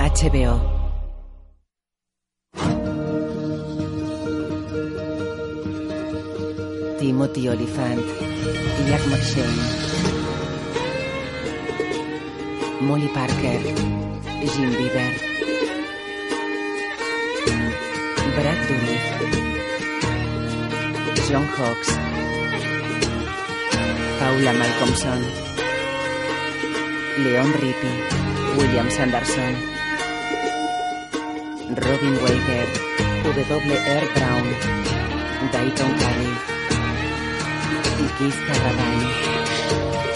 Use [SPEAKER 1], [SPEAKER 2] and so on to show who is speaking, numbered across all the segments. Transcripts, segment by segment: [SPEAKER 1] HBO. Timothy Oliphant, Jack McShane, Molly Parker, Jim Bieber, Brad Dourif, John Hawks, Paula Malcolmson, Leon Rippey, William Sanderson, Robin Waker, W.R. Brown, Dayton Carey, Keith Carradine.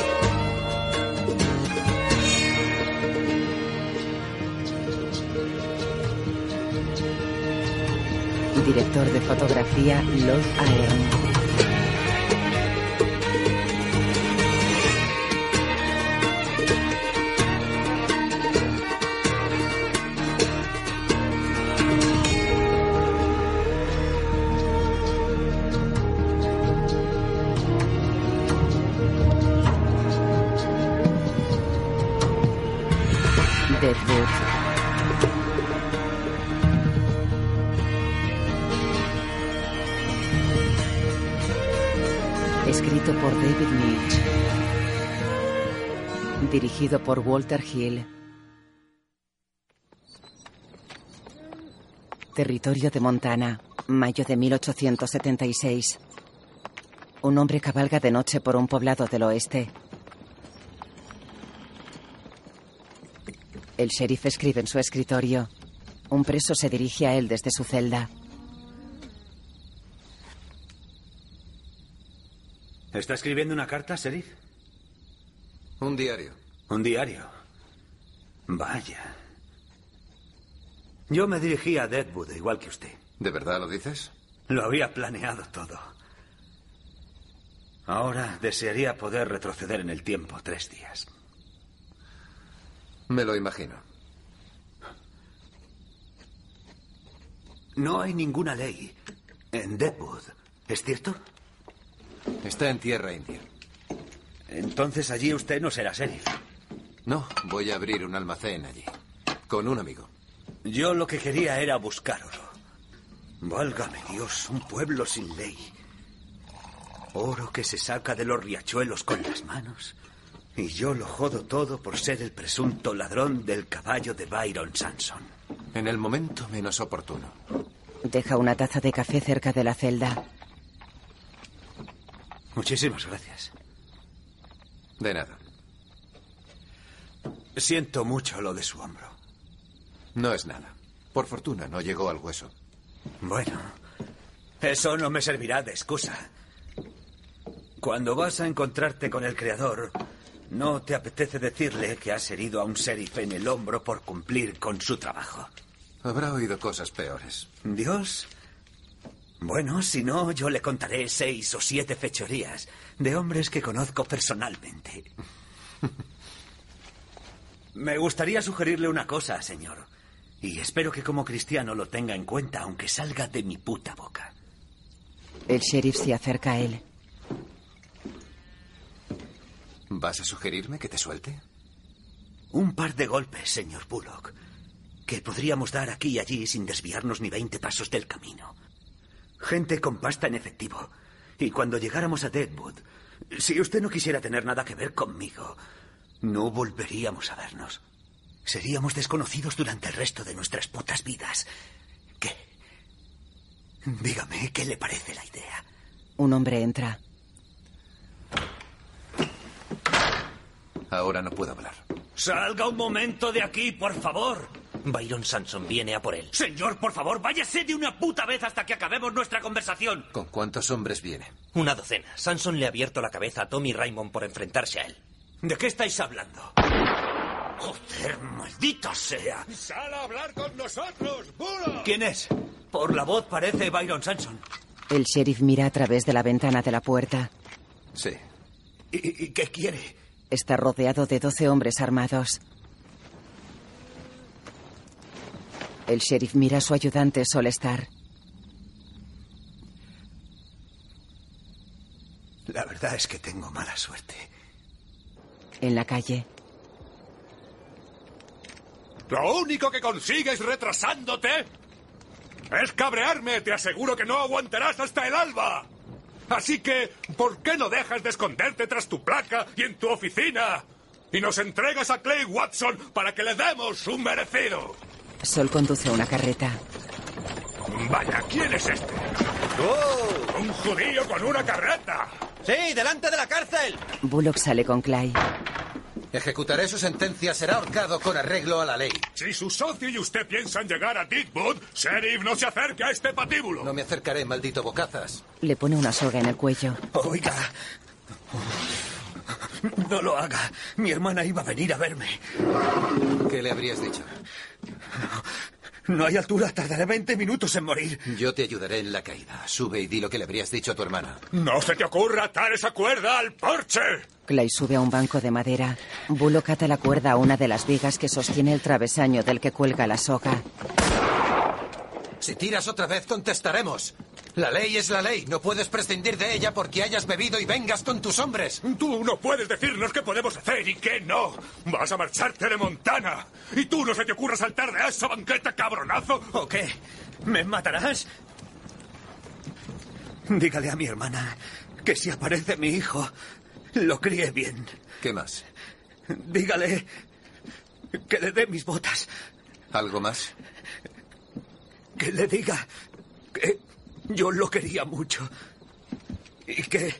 [SPEAKER 1] Director de fotografía Lloyd Aern. Deadwood. Escrito por David Mitch. Dirigido por Walter Hill. Territorio de Montana, mayo de 1876. Un hombre cabalga de noche por un poblado del oeste. El sheriff escribe en su escritorio. Un preso se dirige a él desde su celda.
[SPEAKER 2] ¿Está escribiendo una carta, Sheriff?
[SPEAKER 3] Un diario.
[SPEAKER 2] Un diario. Vaya. Yo me dirigí a Deadwood, igual que usted.
[SPEAKER 3] ¿De verdad lo dices?
[SPEAKER 2] Lo había planeado todo. Ahora desearía poder retroceder en el tiempo tres días.
[SPEAKER 3] Me lo imagino.
[SPEAKER 2] No hay ninguna ley en Deadwood, ¿es cierto?
[SPEAKER 3] Está en tierra india.
[SPEAKER 2] Entonces allí usted no será sheriff.
[SPEAKER 3] No, voy a abrir un almacén allí. Con un amigo.
[SPEAKER 2] Yo lo que quería era buscar oro. Válgame Dios, un pueblo sin ley. Oro que se saca de los riachuelos con las manos. Y yo lo jodo todo por ser el presunto ladrón del caballo de Byron Sanson.
[SPEAKER 3] En el momento menos oportuno.
[SPEAKER 1] Deja una taza de café cerca de la celda.
[SPEAKER 2] Muchísimas gracias.
[SPEAKER 3] De nada.
[SPEAKER 2] Siento mucho lo de su hombro.
[SPEAKER 3] No es nada. Por fortuna no llegó al hueso.
[SPEAKER 2] Bueno, eso no me servirá de excusa. Cuando vas a encontrarte con el Creador, no te apetece decirle que has herido a un sheriff en el hombro por cumplir con su trabajo.
[SPEAKER 3] Habrá oído cosas peores.
[SPEAKER 2] Dios. Bueno, si no, yo le contaré seis o siete fechorías de hombres que conozco personalmente. Me gustaría sugerirle una cosa, señor. Y espero que como cristiano lo tenga en cuenta, aunque salga de mi puta boca.
[SPEAKER 1] El sheriff se acerca a él.
[SPEAKER 3] ¿Vas a sugerirme que te suelte?
[SPEAKER 2] Un par de golpes, señor Bullock, que podríamos dar aquí y allí sin desviarnos ni 20 pasos del camino. Gente con pasta en efectivo. Y cuando llegáramos a Deadwood, si usted no quisiera tener nada que ver conmigo, no volveríamos a vernos. Seríamos desconocidos durante el resto de nuestras putas vidas. ¿Qué? Dígame, ¿qué le parece la idea?
[SPEAKER 1] Un hombre entra.
[SPEAKER 3] Ahora no puedo hablar.
[SPEAKER 2] Salga un momento de aquí, por favor.
[SPEAKER 4] Byron Sanson viene a por él.
[SPEAKER 2] Señor, por favor, váyase de una puta vez hasta que acabemos nuestra conversación.
[SPEAKER 3] ¿Con cuántos hombres viene?
[SPEAKER 4] Una docena. Sanson le ha abierto la cabeza a Tommy Raymond por enfrentarse a él.
[SPEAKER 2] ¿De qué estáis hablando? Joder, maldita sea.
[SPEAKER 5] ¡Sal a hablar con nosotros, Bullock!
[SPEAKER 2] ¿Quién es? Por la voz parece Byron Sanson.
[SPEAKER 1] El sheriff mira a través de la ventana de la puerta.
[SPEAKER 3] Sí.
[SPEAKER 2] ¿Y, y qué quiere?
[SPEAKER 1] Está rodeado de 12 hombres armados. El sheriff mira a su ayudante Solestar.
[SPEAKER 2] La verdad es que tengo mala suerte.
[SPEAKER 1] En la calle,
[SPEAKER 6] Lo único que consigues retrasándote es cabrearme. Te aseguro que no aguantarás hasta el alba. Así que, ¿por qué no dejas de esconderte tras tu placa y en tu oficina? Y nos entregas a Clay Watson para que le demos un merecido.
[SPEAKER 1] Sol conduce una carreta.
[SPEAKER 6] Vaya, ¿quién es este? ¡Un judío con una carreta!
[SPEAKER 7] Oh. ¡Sí, delante de la cárcel!
[SPEAKER 1] Bullock sale con Clay.
[SPEAKER 2] Ejecutaré su sentencia, será ahorcado con arreglo a la ley.
[SPEAKER 6] Si su socio y usted piensan llegar a Deadwood, Sheriff, no se acerque a este patíbulo.
[SPEAKER 2] No me acercaré, maldito bocazas.
[SPEAKER 1] Le pone una soga en el cuello.
[SPEAKER 8] Oiga. No lo haga. Mi hermana iba a venir a verme.
[SPEAKER 2] ¿Qué le habrías dicho?
[SPEAKER 8] No hay altura. Tardaré 20 minutos en morir.
[SPEAKER 2] Yo te ayudaré en la caída. Sube y di lo que le habrías dicho a tu hermana.
[SPEAKER 6] ¡No se te ocurra atar esa cuerda al porche!
[SPEAKER 1] Clay sube a un banco de madera. Bullock ata la cuerda a una de las vigas que sostiene el travesaño del que cuelga la soga.
[SPEAKER 2] Si tiras otra vez, contestaremos. La ley es la ley. No puedes prescindir de ella porque hayas bebido y vengas con tus hombres.
[SPEAKER 6] Tú no puedes decirnos qué podemos hacer y qué no. Vas a marcharte de Montana. ¿Y tú no se te ocurra saltar de esa banqueta, cabronazo?
[SPEAKER 8] ¿O qué? ¿Me matarás? Dígale a mi hermana que si aparece mi hijo, lo críe bien.
[SPEAKER 2] ¿Qué más?
[SPEAKER 8] Dígale que le dé mis botas.
[SPEAKER 2] ¿Algo más?
[SPEAKER 8] Que le diga que yo lo quería mucho. Y que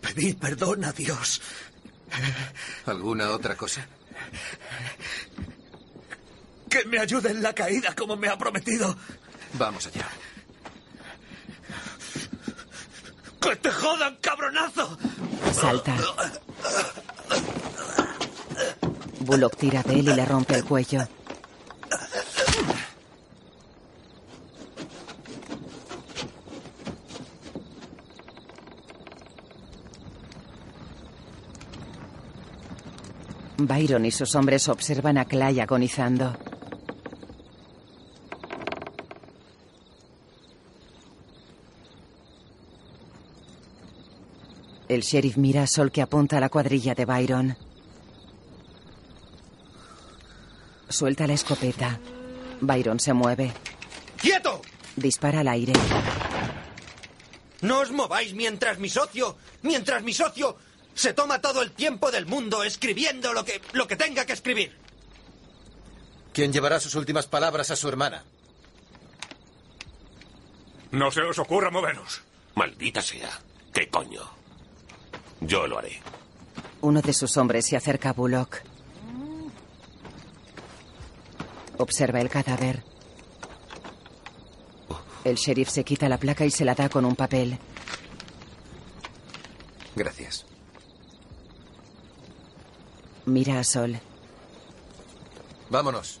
[SPEAKER 8] pedí perdón a Dios.
[SPEAKER 2] ¿Alguna otra cosa?
[SPEAKER 8] Que me ayude en la caída como me ha prometido.
[SPEAKER 2] Vamos allá.
[SPEAKER 8] ¡Que te jodan, cabronazo!
[SPEAKER 1] Salta. Bullock tira de él y le rompe el cuello. Byron y sus hombres observan a Clay agonizando. El sheriff mira a Sol que apunta a la cuadrilla de Byron. Suelta la escopeta. Byron se mueve.
[SPEAKER 7] ¡Quieto!
[SPEAKER 1] Dispara al aire.
[SPEAKER 7] No os mováis mientras mi socio, mientras mi socio se toma todo el tiempo del mundo escribiendo lo que, lo que tenga que escribir.
[SPEAKER 2] ¿Quién llevará sus últimas palabras a su hermana?
[SPEAKER 6] No se os ocurra moveros.
[SPEAKER 5] Maldita sea. ¿Qué coño? Yo lo haré.
[SPEAKER 1] Uno de sus hombres se acerca a Bullock. Observa el cadáver. El sheriff se quita la placa y se la da con un papel.
[SPEAKER 2] Gracias.
[SPEAKER 1] Mira a Sol.
[SPEAKER 2] Vámonos.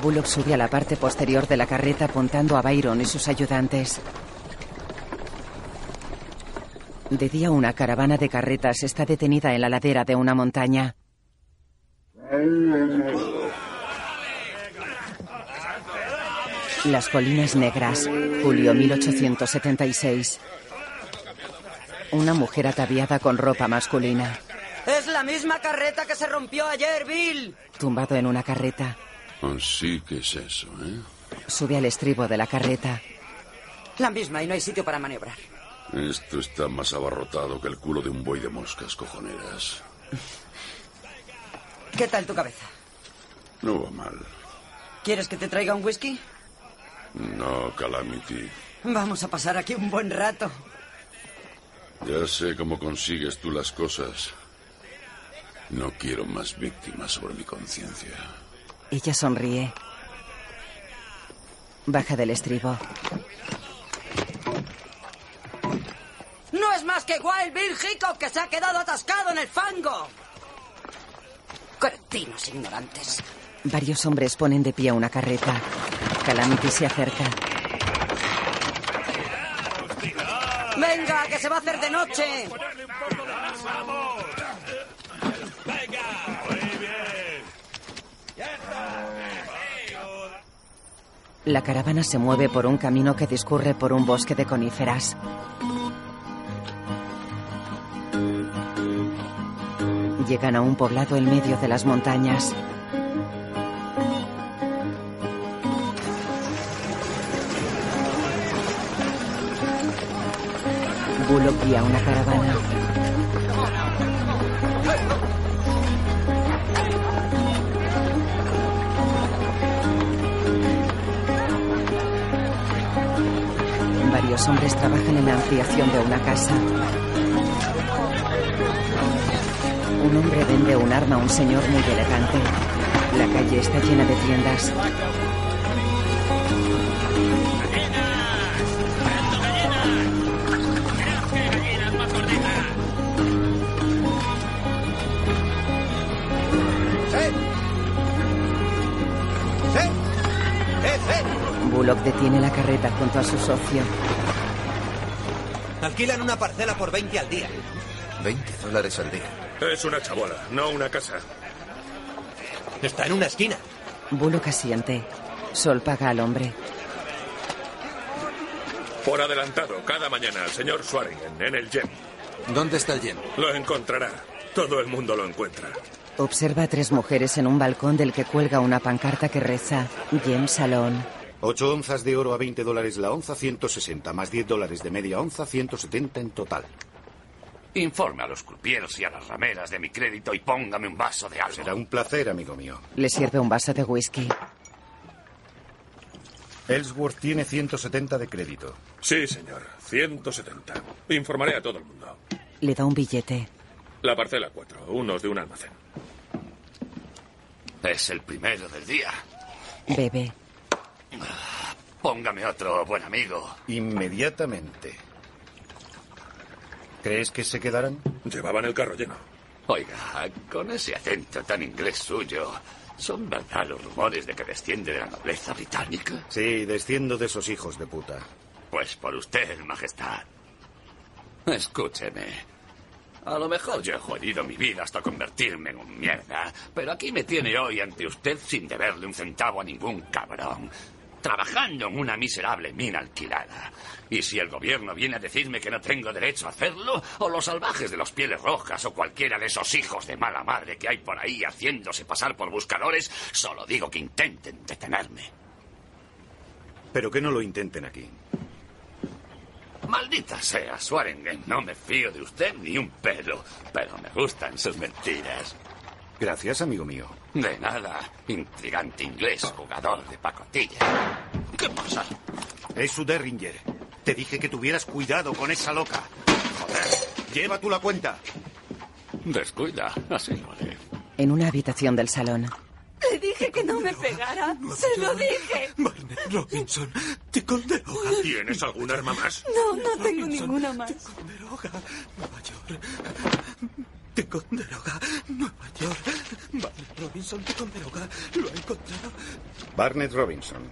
[SPEAKER 1] Bullock sube a la parte posterior de la carreta apuntando a Byron y sus ayudantes. De día una caravana de carretas está detenida en la ladera de una montaña. Las colinas negras, julio 1876. Una mujer ataviada con ropa masculina,
[SPEAKER 9] Es la misma carreta que se rompió ayer, Bill.
[SPEAKER 1] tumbado en una carreta,
[SPEAKER 6] Así que es eso, ¿eh?
[SPEAKER 1] sube al estribo de la carreta.
[SPEAKER 9] La misma y no hay sitio para maniobrar.
[SPEAKER 6] Esto está más abarrotado que el culo de un buey de moscas cojoneras.
[SPEAKER 9] ¿Qué tal tu cabeza?
[SPEAKER 6] No va mal.
[SPEAKER 9] ¿Quieres que te traiga un whisky?
[SPEAKER 6] No, Calamity.
[SPEAKER 9] Vamos a pasar aquí un buen rato.
[SPEAKER 6] Ya sé cómo consigues tú las cosas. No quiero más víctimas sobre mi conciencia.
[SPEAKER 1] Ella sonríe. Baja del estribo.
[SPEAKER 9] No es más que Wild Bill Hickok que se ha quedado atascado en el fango. Cretinos ignorantes.
[SPEAKER 1] Varios hombres ponen de pie una carreta. Calamity se acerca.
[SPEAKER 9] Venga, que se va a hacer de noche.
[SPEAKER 1] La caravana se mueve por un camino que discurre por un bosque de coníferas. Llegan a un poblado en medio de las montañas. Bullock guía una caravana. Varios hombres trabajan en la ampliación de una casa. Un hombre vende un arma a un señor muy elegante. La calle está llena de tiendas.
[SPEAKER 7] Eh,
[SPEAKER 1] Bullock detiene la carreta junto a su socio.
[SPEAKER 4] Alquilan una parcela por 20 al día.
[SPEAKER 3] 20 dólares al día.
[SPEAKER 5] Es una chabola, no una casa.
[SPEAKER 4] Está en una esquina.
[SPEAKER 1] Bullock asiente. Sol paga al hombre.
[SPEAKER 5] Por adelantado, cada mañana al señor Swaringen en el jet.
[SPEAKER 3] ¿Dónde está el yen?
[SPEAKER 5] Lo encontrará. Todo el mundo lo encuentra.
[SPEAKER 1] Observa a tres mujeres en un balcón del que cuelga una pancarta que reza James Salón.
[SPEAKER 10] 8 onzas de oro a 20 dólares la onza, 160, más 10 dólares de media onza, 170 en total.
[SPEAKER 11] Informe a los crupieros y a las rameras de mi crédito y póngame un vaso de algo.
[SPEAKER 10] Será un placer, amigo mío.
[SPEAKER 1] Le sirve un vaso de whisky.
[SPEAKER 10] Ellsworth tiene 170 de crédito.
[SPEAKER 5] Sí, señor. 170. Informaré a todo el mundo.
[SPEAKER 1] Le da un billete.
[SPEAKER 5] La parcela 4, unos de un almacén.
[SPEAKER 11] Es el primero del día.
[SPEAKER 1] Bebe.
[SPEAKER 11] Póngame otro, buen amigo.
[SPEAKER 10] Inmediatamente. ¿Crees que se quedarán?
[SPEAKER 5] Llevaban el carro lleno.
[SPEAKER 11] Oiga, con ese acento tan inglés suyo, ¿son verdad los rumores de que desciende de la nobleza británica?
[SPEAKER 10] Sí, desciendo de esos hijos de puta.
[SPEAKER 11] Pues por usted, majestad. Escúcheme. A lo mejor yo he jodido mi vida hasta convertirme en un mierda, pero aquí me tiene hoy ante usted sin deberle un centavo a ningún cabrón, trabajando en una miserable mina alquilada. Y si el gobierno viene a decirme que no tengo derecho a hacerlo, o los salvajes de los pieles rojas, o cualquiera de esos hijos de mala madre que hay por ahí haciéndose pasar por buscadores, solo digo que intenten detenerme.
[SPEAKER 10] Pero que no lo intenten aquí.
[SPEAKER 11] Maldita sea, Swaringen, no me fío de usted ni un pelo, pero me gustan sus mentiras.
[SPEAKER 10] Gracias, amigo mío.
[SPEAKER 11] De nada, intrigante inglés, jugador de pacotilla. ¿Qué pasa?
[SPEAKER 10] Es su Derringer. Te dije que tuvieras cuidado con esa loca. Joder, lleva tú la cuenta.
[SPEAKER 11] Descuida, así lo haré.
[SPEAKER 1] En una habitación del salón,
[SPEAKER 12] Le dije que no me pegara. Se lo dije.
[SPEAKER 5] Barnett Robinson, te condeno. ¿Tienes algún arma más?
[SPEAKER 12] No, no tengo ninguna más.
[SPEAKER 5] Conderoga, Nueva York. Te conderoga, Nueva York. Barnett Robinson, te conderoga. Lo ha encontrado.
[SPEAKER 10] Barnett Robinson.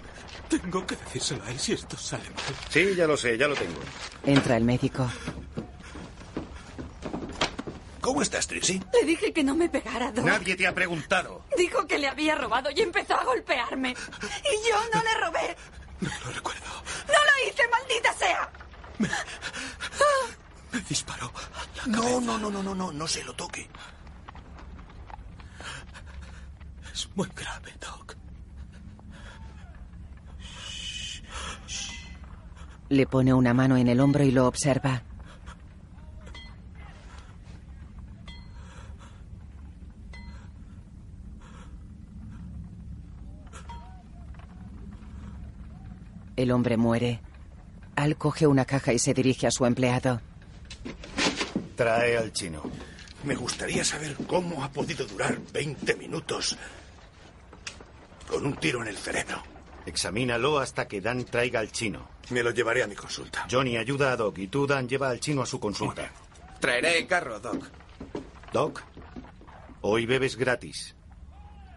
[SPEAKER 5] Tengo que decírselo a él si esto sale mal.
[SPEAKER 10] Sí, ya lo sé, ya lo tengo.
[SPEAKER 1] entra el médico.
[SPEAKER 5] ¿Cómo estás, Tracy?
[SPEAKER 12] Le dije que no me pegara, Doc.
[SPEAKER 10] Nadie te ha preguntado.
[SPEAKER 12] Dijo que le había robado y empezó a golpearme. Y yo no le robé.
[SPEAKER 5] No lo recuerdo.
[SPEAKER 12] ¡No lo hice, maldita sea!
[SPEAKER 5] Me disparó. No, no, no, no, no, no, no se lo toque. Es muy grave, Doc.
[SPEAKER 1] Le pone una mano en el hombro y lo observa. El hombre muere. Al coge una caja y se dirige a su empleado.
[SPEAKER 10] Trae al chino.
[SPEAKER 5] Me gustaría saber cómo ha podido durar 20 minutos con un tiro en el cerebro.
[SPEAKER 10] Examínalo hasta que Dan traiga al chino.
[SPEAKER 5] Me lo llevaré a mi consulta.
[SPEAKER 10] Johnny ayuda a Doc y tú, Dan, lleva al chino a su consulta.
[SPEAKER 4] Traeré el carro, Doc.
[SPEAKER 10] Doc, hoy bebes gratis.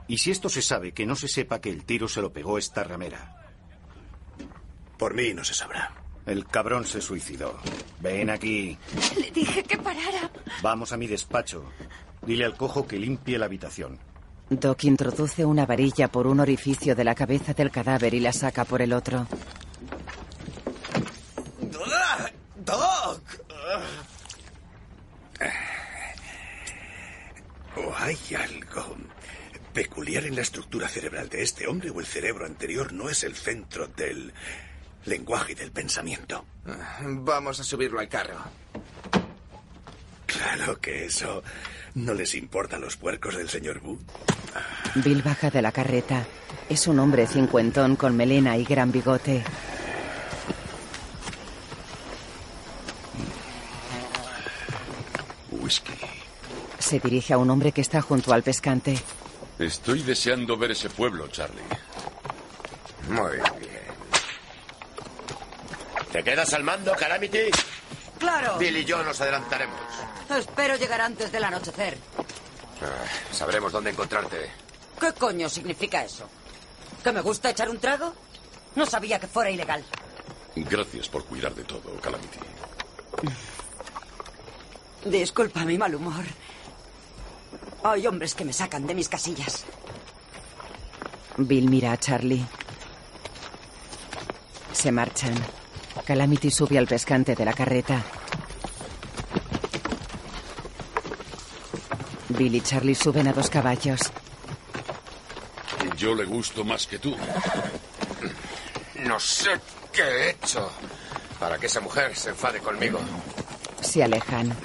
[SPEAKER 10] Y si esto se sabe, que no se sepa que el tiro se lo pegó esta ramera.
[SPEAKER 5] Por mí no se sabrá.
[SPEAKER 10] El cabrón se suicidó. Ven aquí.
[SPEAKER 12] Le dije que parara.
[SPEAKER 10] Vamos a mi despacho. Dile al cojo que limpie la habitación.
[SPEAKER 1] Doc introduce una varilla por un orificio de la cabeza del cadáver y la saca por el otro.
[SPEAKER 4] ¡Doc! ¡Doc!
[SPEAKER 13] Ah. Oh, Hay algo peculiar en la estructura cerebral de este hombre o el cerebro anterior no es el centro del lenguaje y del pensamiento.
[SPEAKER 14] Ah, Vamos a subirlo al carro.
[SPEAKER 13] Claro que eso no les importa a los puercos del señor Wu.
[SPEAKER 1] Bill baja de la carreta. Es un hombre cincuentón con melena y gran bigote.
[SPEAKER 15] Whisky.
[SPEAKER 1] Se dirige a un hombre que está junto al pescante.
[SPEAKER 15] Estoy deseando ver ese pueblo, Charlie.
[SPEAKER 14] Muy bien.
[SPEAKER 16] ¿Te quedas al mando, Calamity?
[SPEAKER 9] Claro.
[SPEAKER 16] Bill y yo nos adelantaremos.
[SPEAKER 9] Espero llegar antes del anochecer.
[SPEAKER 16] Ah, Sabremos dónde encontrarte.
[SPEAKER 9] ¿Qué coño significa eso? ¿Que me gusta echar un trago? No sabía que fuera ilegal.
[SPEAKER 15] Gracias por cuidar de todo, Calamity.
[SPEAKER 9] Disculpa mi mal humor. Hay hombres que me sacan de mis casillas.
[SPEAKER 1] Bill mira a Charlie. Se marchan. Calamity sube al pescante de la carreta. Bill y Charlie suben a dos caballos.
[SPEAKER 15] Yo le gusto más que tú.
[SPEAKER 14] No sé qué he hecho para que esa mujer se enfade conmigo.
[SPEAKER 1] Se alejan.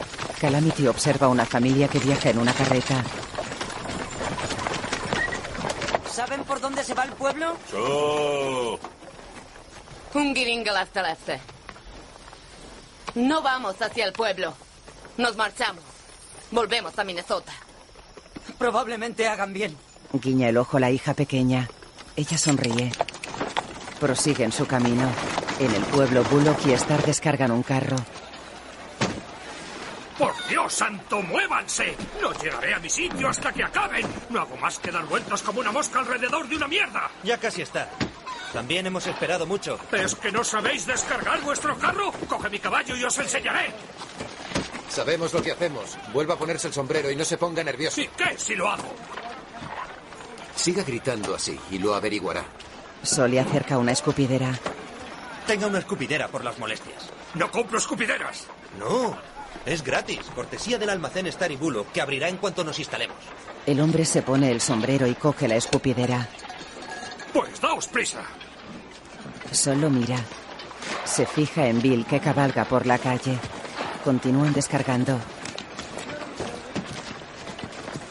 [SPEAKER 1] Calamity observa a una familia que viaja en una carreta.
[SPEAKER 9] ¿Saben por dónde se va el pueblo?
[SPEAKER 12] Un guiringalaztalaste. No vamos hacia el pueblo. Nos marchamos. Volvemos a Minnesota.
[SPEAKER 9] Probablemente hagan bien.
[SPEAKER 1] Guiña el ojo la hija pequeña. Ella sonríe. Prosiguen su camino. En el pueblo, Bullock y Star descargan un carro.
[SPEAKER 6] ¡Por Dios santo, muévanse! No llegaré a mi sitio hasta que acaben. No hago más que dar vueltas como una mosca alrededor de una mierda.
[SPEAKER 2] Ya casi está. También hemos esperado mucho.
[SPEAKER 6] ¿Es que no sabéis descargar vuestro carro? Coge mi caballo y os enseñaré.
[SPEAKER 17] Sabemos lo que hacemos. Vuelva a ponerse el sombrero y no se ponga nervioso.
[SPEAKER 6] ¿Qué si lo hago?
[SPEAKER 14] Siga gritando así y lo averiguará.
[SPEAKER 1] Sole acerca una escupidera.
[SPEAKER 2] Tenga una escupidera por las molestias.
[SPEAKER 6] No compro escupideras.
[SPEAKER 2] No, es gratis. Cortesía del almacén Star y Bullock, que abrirá en cuanto nos instalemos.
[SPEAKER 1] El hombre se pone el sombrero y coge la escupidera.
[SPEAKER 6] Pues daos prisa.
[SPEAKER 1] Solo mira. Se fija en Bill que cabalga por la calle. Continúan descargando.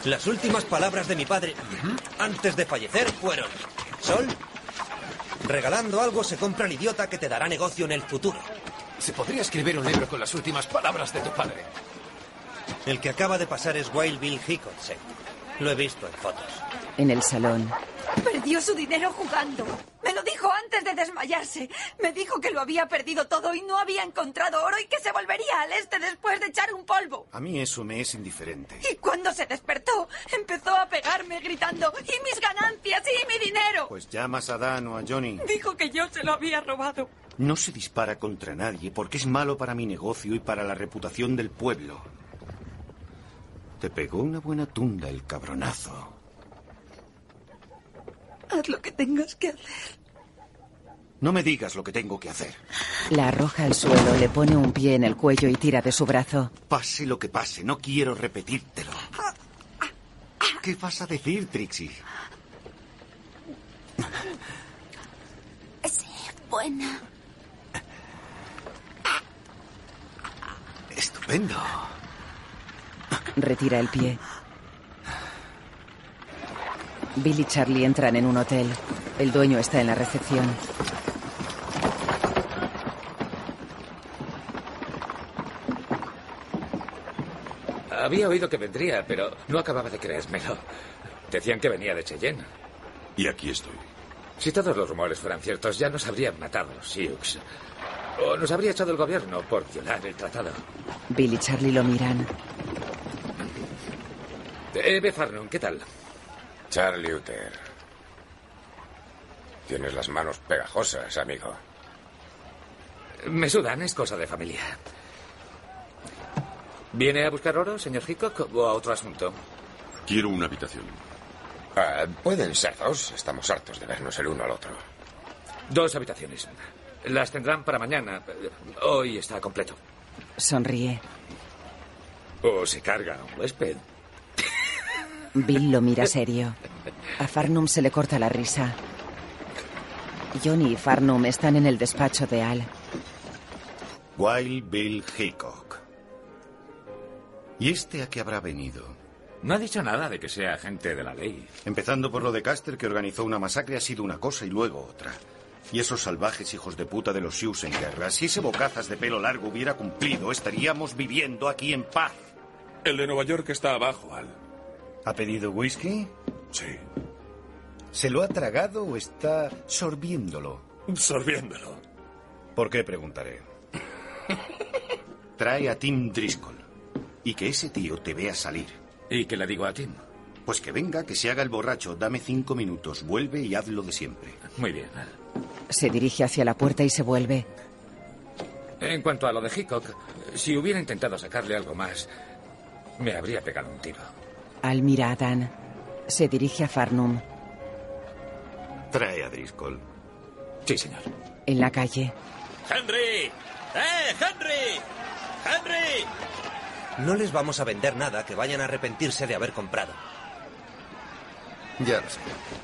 [SPEAKER 2] Las últimas palabras de mi padre antes de fallecer fueron: Sol, regalando algo se compra el idiota que te dará negocio en el futuro.
[SPEAKER 17] Se podría escribir un libro con las últimas palabras de tu padre.
[SPEAKER 2] El que acaba de pasar es Wild Bill Hickonsen. Lo he visto en fotos.
[SPEAKER 1] En el salón,
[SPEAKER 12] Perdió su dinero jugando. Me lo dijo antes de desmayarse. Me dijo que lo había perdido todo y no había encontrado oro y que se volvería al este después de echar un polvo.
[SPEAKER 10] A mí eso me es indiferente.
[SPEAKER 12] Y cuando se despertó, empezó a pegarme gritando, ¡y mis ganancias, y mi dinero!
[SPEAKER 10] Pues llamas a Dan o a Johnny.
[SPEAKER 12] Dijo que yo se lo había robado.
[SPEAKER 10] No se dispara contra nadie porque es malo para mi negocio y para la reputación del pueblo. Te pegó una buena tunda el cabronazo.
[SPEAKER 12] Haz lo que tengas que hacer.
[SPEAKER 10] No me digas lo que tengo que hacer.
[SPEAKER 1] la arroja al suelo, le pone un pie en el cuello y tira de su brazo.
[SPEAKER 10] Pase lo que pase, no quiero repetírtelo. ¿Qué vas a decir, Trixie?
[SPEAKER 12] Sí, buena.
[SPEAKER 10] Estupendo.
[SPEAKER 1] Retira el pie. Bill y Charlie entran en un hotel. El dueño está en la recepción.
[SPEAKER 18] Había oído que vendría, pero no acababa de creérmelo. Decían que venía de Cheyenne.
[SPEAKER 15] Y aquí estoy.
[SPEAKER 18] Si todos los rumores fueran ciertos, ya nos habrían matado los Sioux. O nos habría echado el gobierno por violar el tratado.
[SPEAKER 1] Bill y Charlie lo miran.
[SPEAKER 18] Eve Farnum, Eh, ¿qué tal?
[SPEAKER 15] Charlie Uther. Tienes las manos pegajosas, amigo.
[SPEAKER 18] Me sudan, es cosa de familia. ¿Viene a buscar oro, señor Hickok, o a otro asunto?
[SPEAKER 15] Quiero una habitación.
[SPEAKER 18] Ah, pueden ser dos. Estamos hartos de vernos el uno al otro. Dos habitaciones. Las tendrán para mañana. Hoy está completo.
[SPEAKER 1] Sonríe.
[SPEAKER 18] O se carga a un huésped.
[SPEAKER 1] Bill lo mira serio. A Farnum se le corta la risa. Johnny y Farnum están en el despacho de Al.
[SPEAKER 10] Wild Bill Hickok. ¿Y este a qué habrá venido?
[SPEAKER 18] No ha dicho nada de que sea agente de la ley.
[SPEAKER 10] Empezando por lo de Caster, que organizó una masacre, ha sido una cosa y luego otra. Y esos salvajes hijos de puta de los Sioux en guerra, si ese bocazas de pelo largo hubiera cumplido, estaríamos viviendo aquí en paz.
[SPEAKER 19] El de Nueva York está abajo, Al.
[SPEAKER 10] ¿Ha pedido whisky?
[SPEAKER 19] Sí.
[SPEAKER 10] ¿Se lo ha tragado o está sorbiéndolo?
[SPEAKER 19] Sorbiéndolo.
[SPEAKER 10] ¿Por qué preguntaré? Trae a Tim Driscoll. Y que ese tío te vea salir.
[SPEAKER 18] ¿Y qué le digo a Tim?
[SPEAKER 10] Pues que venga, que se haga el borracho. Dame cinco minutos, vuelve y hazlo de siempre.
[SPEAKER 18] Muy bien.
[SPEAKER 1] Se dirige hacia la puerta y se vuelve.
[SPEAKER 18] En cuanto a lo de Hickok, si hubiera intentado sacarle algo más, me habría pegado un tiro.
[SPEAKER 1] Al mira a Dan. Se dirige a Farnum.
[SPEAKER 10] Trae a Driscoll.
[SPEAKER 18] Sí, señor.
[SPEAKER 1] En la calle.
[SPEAKER 20] ¡Henry! ¡Eh, Henry! ¡Henry!
[SPEAKER 21] No les vamos a vender nada que vayan a arrepentirse de haber comprado.
[SPEAKER 22] Ya lo sé.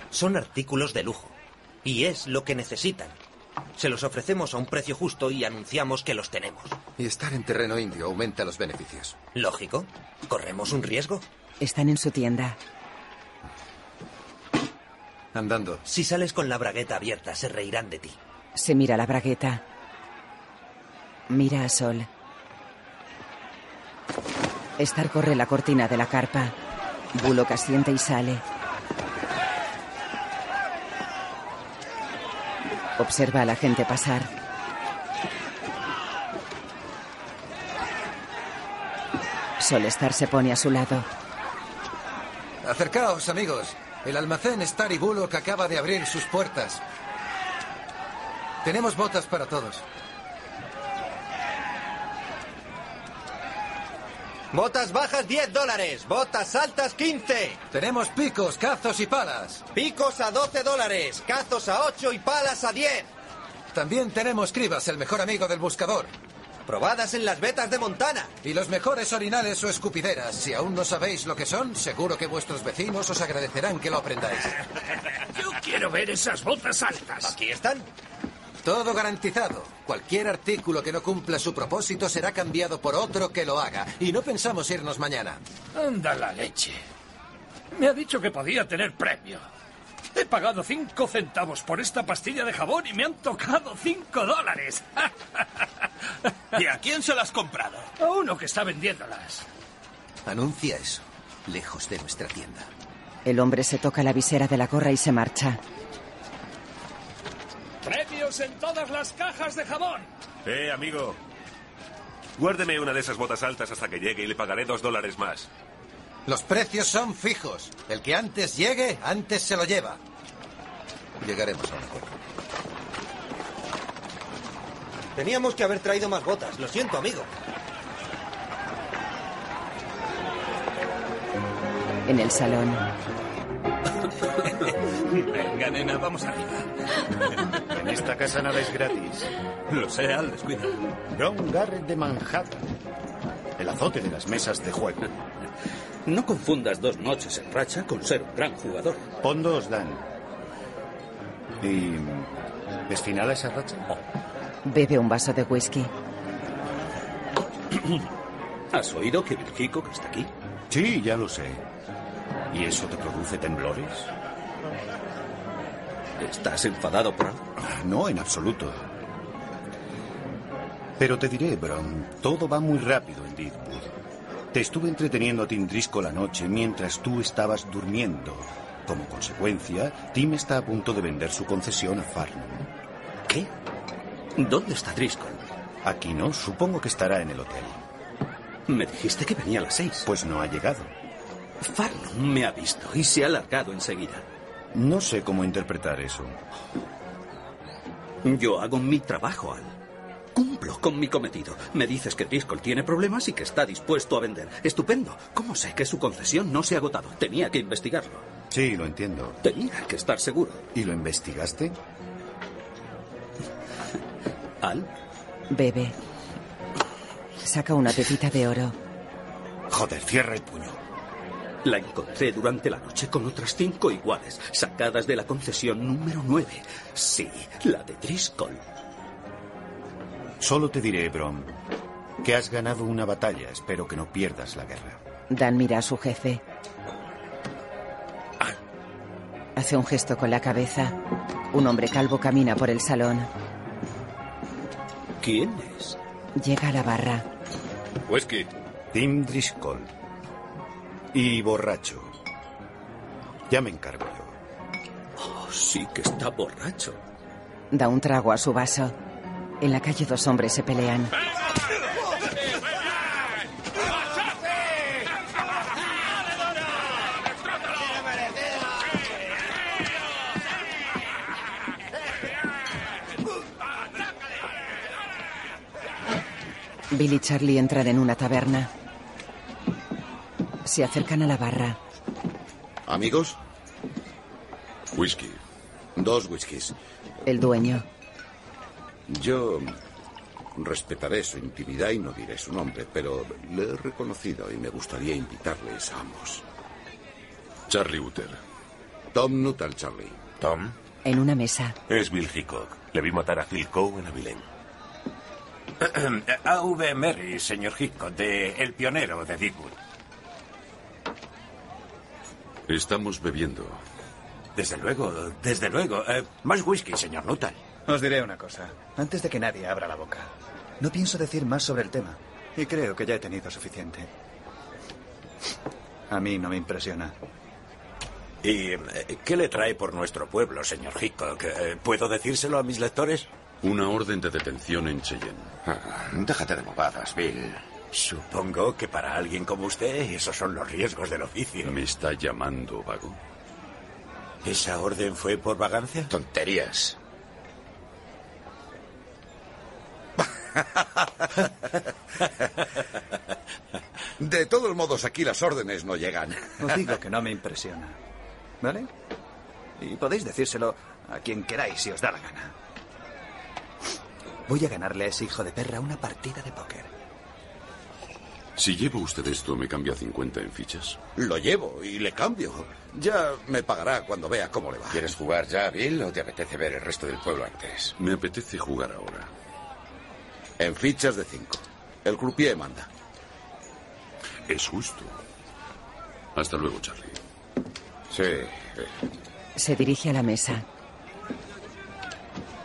[SPEAKER 21] Son artículos de lujo. Y es lo que necesitan. Se los ofrecemos a un precio justo y anunciamos que los tenemos.
[SPEAKER 22] Y estar en terreno indio aumenta los beneficios.
[SPEAKER 21] Lógico. Corremos un riesgo.
[SPEAKER 1] Están en su tienda.
[SPEAKER 22] Andando.
[SPEAKER 21] Si sales con la bragueta abierta, se reirán de ti.
[SPEAKER 1] Se mira la bragueta. Mira a Sol. Star corre la cortina de la carpa. Bullock asiente y sale. Observa a la gente pasar. Sol Star se pone a su lado.
[SPEAKER 2] Acercaos, amigos. El almacén Star y Bullock acaba de abrir sus puertas. Tenemos botas para todos.
[SPEAKER 21] Botas bajas 10 dólares, botas altas 15.
[SPEAKER 2] Tenemos picos, cazos y palas.
[SPEAKER 21] Picos a 12 dólares, cazos a 8 y palas a 10.
[SPEAKER 2] También tenemos cribas, el mejor amigo del buscador.
[SPEAKER 21] Probadas en las vetas de Montana.
[SPEAKER 2] Y los mejores orinales o escupideras. Si aún no sabéis lo que son, seguro que vuestros vecinos os agradecerán que lo aprendáis.
[SPEAKER 6] Yo quiero ver esas botas altas.
[SPEAKER 21] Aquí están.
[SPEAKER 2] Todo garantizado. Cualquier artículo que no cumpla su propósito será cambiado por otro que lo haga. Y no pensamos irnos mañana.
[SPEAKER 6] Anda la leche. Me ha dicho que podía tener premio. He pagado cinco centavos por esta pastilla de jabón y me han tocado cinco dólares.
[SPEAKER 20] ¿Y a quién se las has comprado?
[SPEAKER 6] A uno que está vendiéndolas.
[SPEAKER 2] Anuncia eso, lejos de nuestra tienda.
[SPEAKER 1] El hombre se toca la visera de la gorra y se marcha.
[SPEAKER 6] Premios en todas las cajas de jabón.
[SPEAKER 5] Eh, amigo. Guárdeme una de esas botas altas hasta que llegue y le pagaré dos dólares más.
[SPEAKER 2] Los precios son fijos. El que antes llegue, antes se lo lleva. Llegaremos a un acuerdo.
[SPEAKER 21] Teníamos que haber traído más botas. Lo siento, amigo.
[SPEAKER 1] En el salón.
[SPEAKER 20] Venga, nena, vamos arriba.
[SPEAKER 10] En esta casa nada es gratis.
[SPEAKER 20] Lo sé, Al, descuida.
[SPEAKER 10] John Garrett de Manhattan. El azote de las mesas de juego.
[SPEAKER 20] No confundas dos noches en racha con ser un gran jugador.
[SPEAKER 10] Pon dos, Dan. ¿Y es final a esa racha?
[SPEAKER 20] Oh.
[SPEAKER 1] Bebe un vaso de whisky.
[SPEAKER 20] ¿Has oído que Virgico que está aquí?
[SPEAKER 10] Sí, ya lo sé. ¿Y eso te produce temblores?
[SPEAKER 20] ¿Estás enfadado por algo?
[SPEAKER 10] Ah, No, en absoluto. Pero te diré, Bron, todo va muy rápido en Deadwood. Te estuve entreteniendo a Tim Driscoll la noche mientras tú estabas durmiendo. Como consecuencia, Tim está a punto de vender su concesión a Farnum.
[SPEAKER 20] ¿Qué? ¿Dónde está Driscoll?
[SPEAKER 10] Aquí no, supongo que estará en el hotel.
[SPEAKER 20] Me dijiste que venía a las seis.
[SPEAKER 10] Pues no ha llegado.
[SPEAKER 20] Farnum me ha visto y se ha largado enseguida.
[SPEAKER 10] No sé cómo interpretar eso.
[SPEAKER 20] Yo hago mi trabajo, Al. Cumplo con mi cometido. Me dices que Driscoll tiene problemas y que está dispuesto a vender. Estupendo. ¿Cómo sé que su concesión no se ha agotado? Tenía que investigarlo.
[SPEAKER 10] Sí, lo entiendo.
[SPEAKER 20] Tenía que estar seguro.
[SPEAKER 10] ¿Y lo investigaste?
[SPEAKER 20] Al.
[SPEAKER 1] Bebe. Saca una pepita de oro.
[SPEAKER 10] Joder, cierra el puño.
[SPEAKER 20] La encontré durante la noche con otras cinco iguales, sacadas de la concesión número 9. Sí, la de Driscoll.
[SPEAKER 23] Solo te diré, Brom, que has ganado una batalla. Espero que no pierdas la guerra.
[SPEAKER 1] Dan mira a su jefe. Hace un gesto con la cabeza. Un hombre calvo camina por el salón.
[SPEAKER 20] ¿Quién es?
[SPEAKER 1] Llega a la barra.
[SPEAKER 23] Whisky. Tim Driscoll. Y borracho. Ya me encargo yo.
[SPEAKER 20] Oh, sí que está borracho.
[SPEAKER 1] Da un trago a su vaso. En la calle dos hombres se pelean. Bill y Charlie entran en una taberna. Se acercan a la barra.
[SPEAKER 18] ¿Amigos? Whisky. Dos whiskies.
[SPEAKER 1] El dueño.
[SPEAKER 18] Yo respetaré su intimidad y no diré su nombre, pero le he reconocido y me gustaría invitarles a ambos.
[SPEAKER 15] Charlie Uter.
[SPEAKER 18] Tom Nuttall, Charlie.
[SPEAKER 5] Tom.
[SPEAKER 1] En una mesa.
[SPEAKER 5] Es Bill Hickok. Le vi matar a Phil Coe en Abilene. A.V. Merry, señor Hickok, de El Pionero de Deadwood.
[SPEAKER 15] Estamos bebiendo.
[SPEAKER 5] Desde luego, desde luego. Eh, más whisky, señor Nuttall.
[SPEAKER 2] Os diré una cosa, antes de que nadie abra la boca. No pienso decir más sobre el tema, y creo que ya he tenido suficiente. A mí no me impresiona.
[SPEAKER 5] ¿Y eh, qué le trae por nuestro pueblo, señor Hickok? Eh, ¿Puedo decírselo a mis lectores?
[SPEAKER 15] Una orden de detención en Cheyenne.
[SPEAKER 5] déjate de bobadas, Bill. Supongo que para alguien como usted esos son los riesgos del oficio.
[SPEAKER 15] ¿Me está llamando vago?
[SPEAKER 5] ¿Esa orden fue por vagancia?
[SPEAKER 24] Tonterías.
[SPEAKER 18] De todos modos, aquí las órdenes no llegan.
[SPEAKER 2] Os digo que no me impresiona. ¿Vale? Y podéis decírselo a quien queráis si os da la gana. Voy a ganarle a ese hijo de perra una partida de póker.
[SPEAKER 15] Si llevo usted esto, ¿me cambia 50 en fichas?
[SPEAKER 18] Lo llevo y le cambio. Ya me pagará cuando vea cómo le va.
[SPEAKER 24] ¿Quieres jugar ya, Bill, o te apetece ver el resto del pueblo antes?
[SPEAKER 15] Me apetece jugar ahora.
[SPEAKER 18] En fichas de cinco. El croupier manda.
[SPEAKER 15] Es justo. Hasta luego, Charlie.
[SPEAKER 24] Sí.
[SPEAKER 1] Se dirige a la mesa.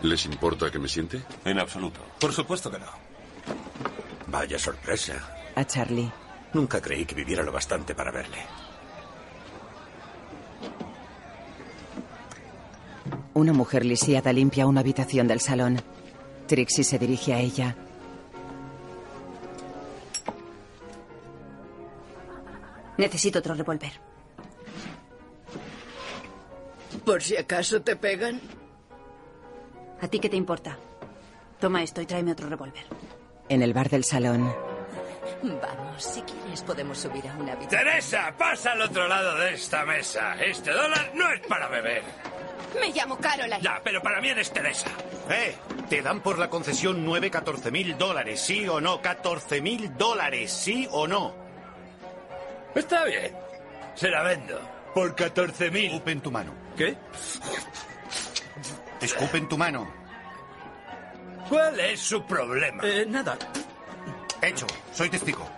[SPEAKER 15] ¿Les importa que me siente?
[SPEAKER 5] En absoluto. Por supuesto que no. Vaya sorpresa.
[SPEAKER 1] A Charlie.
[SPEAKER 5] Nunca creí que viviera lo bastante para verle.
[SPEAKER 1] Una mujer lisiada limpia una habitación del salón. Trixie se dirige a ella.
[SPEAKER 12] Necesito otro revólver.
[SPEAKER 9] Por si acaso te pegan.
[SPEAKER 12] ¿A ti qué te importa? Toma esto y tráeme otro revólver.
[SPEAKER 1] En el bar del salón,
[SPEAKER 9] Vamos, si quieres podemos subir a una habitación.
[SPEAKER 6] Teresa, pasa al otro lado de esta mesa. Este dólar no es para beber.
[SPEAKER 9] Me llamo Caroline.
[SPEAKER 6] Ya, pero para mí eres Teresa.
[SPEAKER 10] ¡Eh! Te dan por la concesión 9 14 mil dólares, ¿sí o no? 14 mil dólares, ¿sí o no?
[SPEAKER 6] Está bien. Se la vendo. Por 14.000.
[SPEAKER 10] Escupe en tu mano.
[SPEAKER 6] ¿Qué?
[SPEAKER 10] Escupe en tu mano.
[SPEAKER 6] ¿Cuál es su problema?
[SPEAKER 20] Eh, nada.
[SPEAKER 10] Hecho. Soy testigo.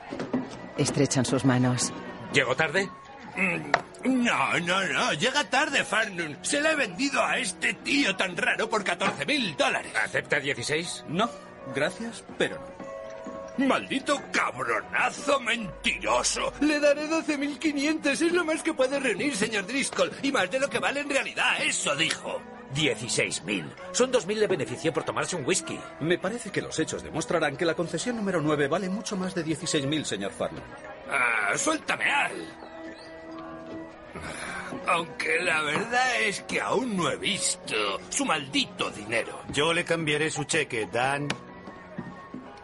[SPEAKER 1] estrechan sus manos.
[SPEAKER 6] ¿Llego tarde? Mm, No, no, no. Llega tarde, Farnum. Se la he vendido a este tío tan raro por 14 mil dólares.
[SPEAKER 11] ¿Acepta 16?
[SPEAKER 20] No, gracias, pero no.
[SPEAKER 6] Maldito cabronazo mentiroso. Le daré 12.500. Es lo más que puede reunir, señor Driscoll. Y más de lo que vale en realidad. Eso dijo.
[SPEAKER 11] 16.000. Son 2.000 de beneficio por tomarse un whisky.
[SPEAKER 20] Me parece que los hechos demostrarán que la concesión número 9 vale mucho más de 16.000, señor Farnum.
[SPEAKER 6] Ah, suéltame al. Aunque la verdad es que aún no he visto su maldito dinero.
[SPEAKER 10] Yo le cambiaré su cheque, Dan.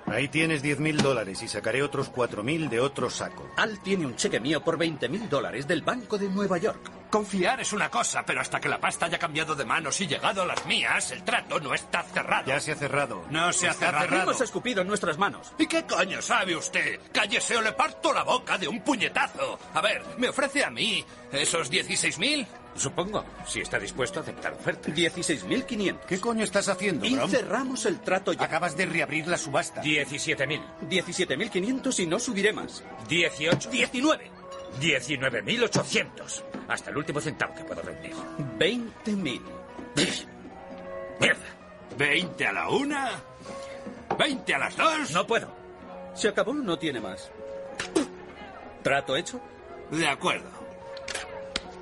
[SPEAKER 10] Ahí tienes 10 mil dólares y sacaré otros 4 mil de otro saco.
[SPEAKER 20] Al tiene un cheque mío por 20.000 dólares del Banco de Nueva York.
[SPEAKER 6] Confiar es una cosa, pero hasta que la pasta haya cambiado de manos y llegado a las mías, el trato no está cerrado.
[SPEAKER 25] Ya se ha cerrado.
[SPEAKER 6] No se ha
[SPEAKER 25] Está
[SPEAKER 6] cerrado.
[SPEAKER 25] cerrado.
[SPEAKER 6] Hemos escupido en nuestras manos. ¿Y qué coño sabe usted? Cállese o le parto la boca de un puñetazo. A ver, ¿me ofrece a mí esos 16.000?
[SPEAKER 26] Supongo, si está dispuesto a aceptar oferta.
[SPEAKER 20] 16.500.
[SPEAKER 25] ¿Qué coño estás haciendo,
[SPEAKER 20] Y
[SPEAKER 25] Brom?
[SPEAKER 20] cerramos el trato ya.
[SPEAKER 25] Acabas de reabrir la subasta.
[SPEAKER 26] 17.000.
[SPEAKER 20] 17.500 y no subiré más.
[SPEAKER 26] 18. 19. 19.800. Hasta el último centavo que puedo rendir.
[SPEAKER 20] 20.000.
[SPEAKER 6] Mierda. ¿20 a la una? ¿20 a las dos?
[SPEAKER 20] No puedo. Se acabó, no tiene más. ¿Trato hecho?
[SPEAKER 6] De acuerdo.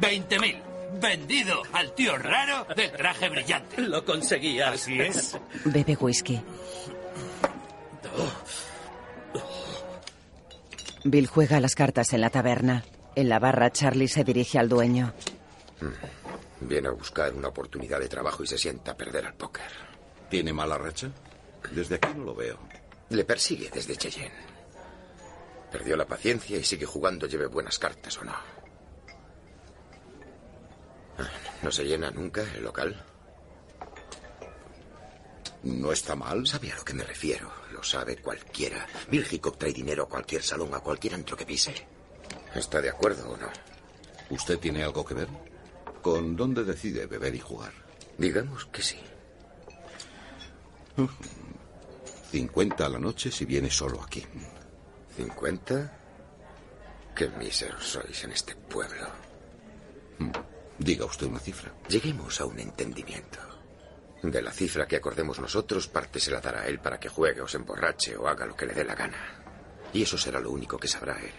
[SPEAKER 6] 20.000. Vendido al tío raro del traje brillante.
[SPEAKER 20] Lo conseguías. Así
[SPEAKER 6] es.
[SPEAKER 1] Bebe whisky. Bill juega a las cartas en la taberna. En la barra, Charlie se dirige al dueño.
[SPEAKER 18] Mm. Viene a buscar una oportunidad de trabajo y se sienta a perder al póker.
[SPEAKER 27] ¿Tiene mala racha? Desde aquí no lo veo.
[SPEAKER 18] Le persigue desde Cheyenne. Perdió la paciencia y sigue jugando, lleve buenas cartas o no. Ah, ¿No se llena nunca el local?
[SPEAKER 27] No está mal.
[SPEAKER 18] Sabe a lo que me refiero. Lo sabe cualquiera. Bill Hickok trae dinero a cualquier salón, a cualquier antro que pise. ¿Está de acuerdo o no?
[SPEAKER 27] ¿Usted tiene algo que ver? ¿Con dónde decide beber y jugar?
[SPEAKER 18] Digamos que sí.
[SPEAKER 27] 50 a la noche si viene solo aquí.
[SPEAKER 18] ¿50? Qué míseros sois en este pueblo.
[SPEAKER 27] Mm. Diga usted una cifra.
[SPEAKER 18] Lleguemos a un entendimiento. De la cifra que acordemos nosotros, parte se la dará a él para que juegue o se emborrache o haga lo que le dé la gana. Y eso será lo único que sabrá él.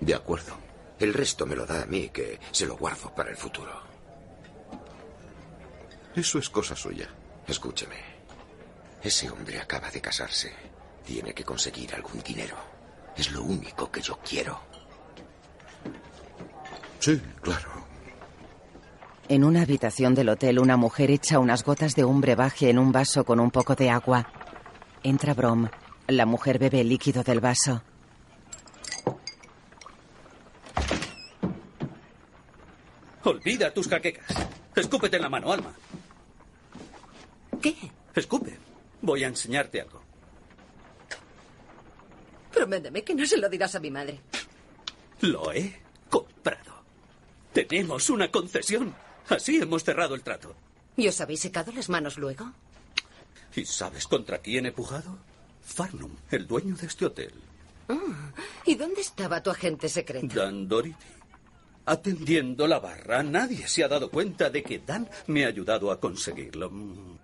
[SPEAKER 27] De acuerdo.
[SPEAKER 18] El resto me lo da a mí, que se lo guardo para el futuro.
[SPEAKER 27] Eso es cosa suya.
[SPEAKER 18] Escúcheme. Ese hombre acaba de casarse. Tiene que conseguir algún dinero. Es lo único que yo quiero.
[SPEAKER 27] Sí, claro.
[SPEAKER 1] En una habitación del hotel, una mujer echa unas gotas de un brebaje en un vaso con un poco de agua. Entra Brom. La mujer bebe el líquido del vaso.
[SPEAKER 20] Olvida tus jaquecas. Escúpete en la mano, Alma.
[SPEAKER 28] ¿Qué?
[SPEAKER 20] Escupe. Voy a enseñarte algo.
[SPEAKER 28] Prométeme que no se lo dirás a mi madre.
[SPEAKER 20] Lo he comprado. Tenemos una concesión. Así hemos cerrado el trato.
[SPEAKER 28] ¿Y os habéis secado las manos luego?
[SPEAKER 20] ¿Y sabes contra quién he pujado? Farnum, el dueño de este hotel.
[SPEAKER 28] Ah, ¿Y dónde estaba tu agente secreto?
[SPEAKER 20] Dan Doherty. Atendiendo la barra, nadie se ha dado cuenta de que Dan me ha ayudado a conseguirlo. Mm.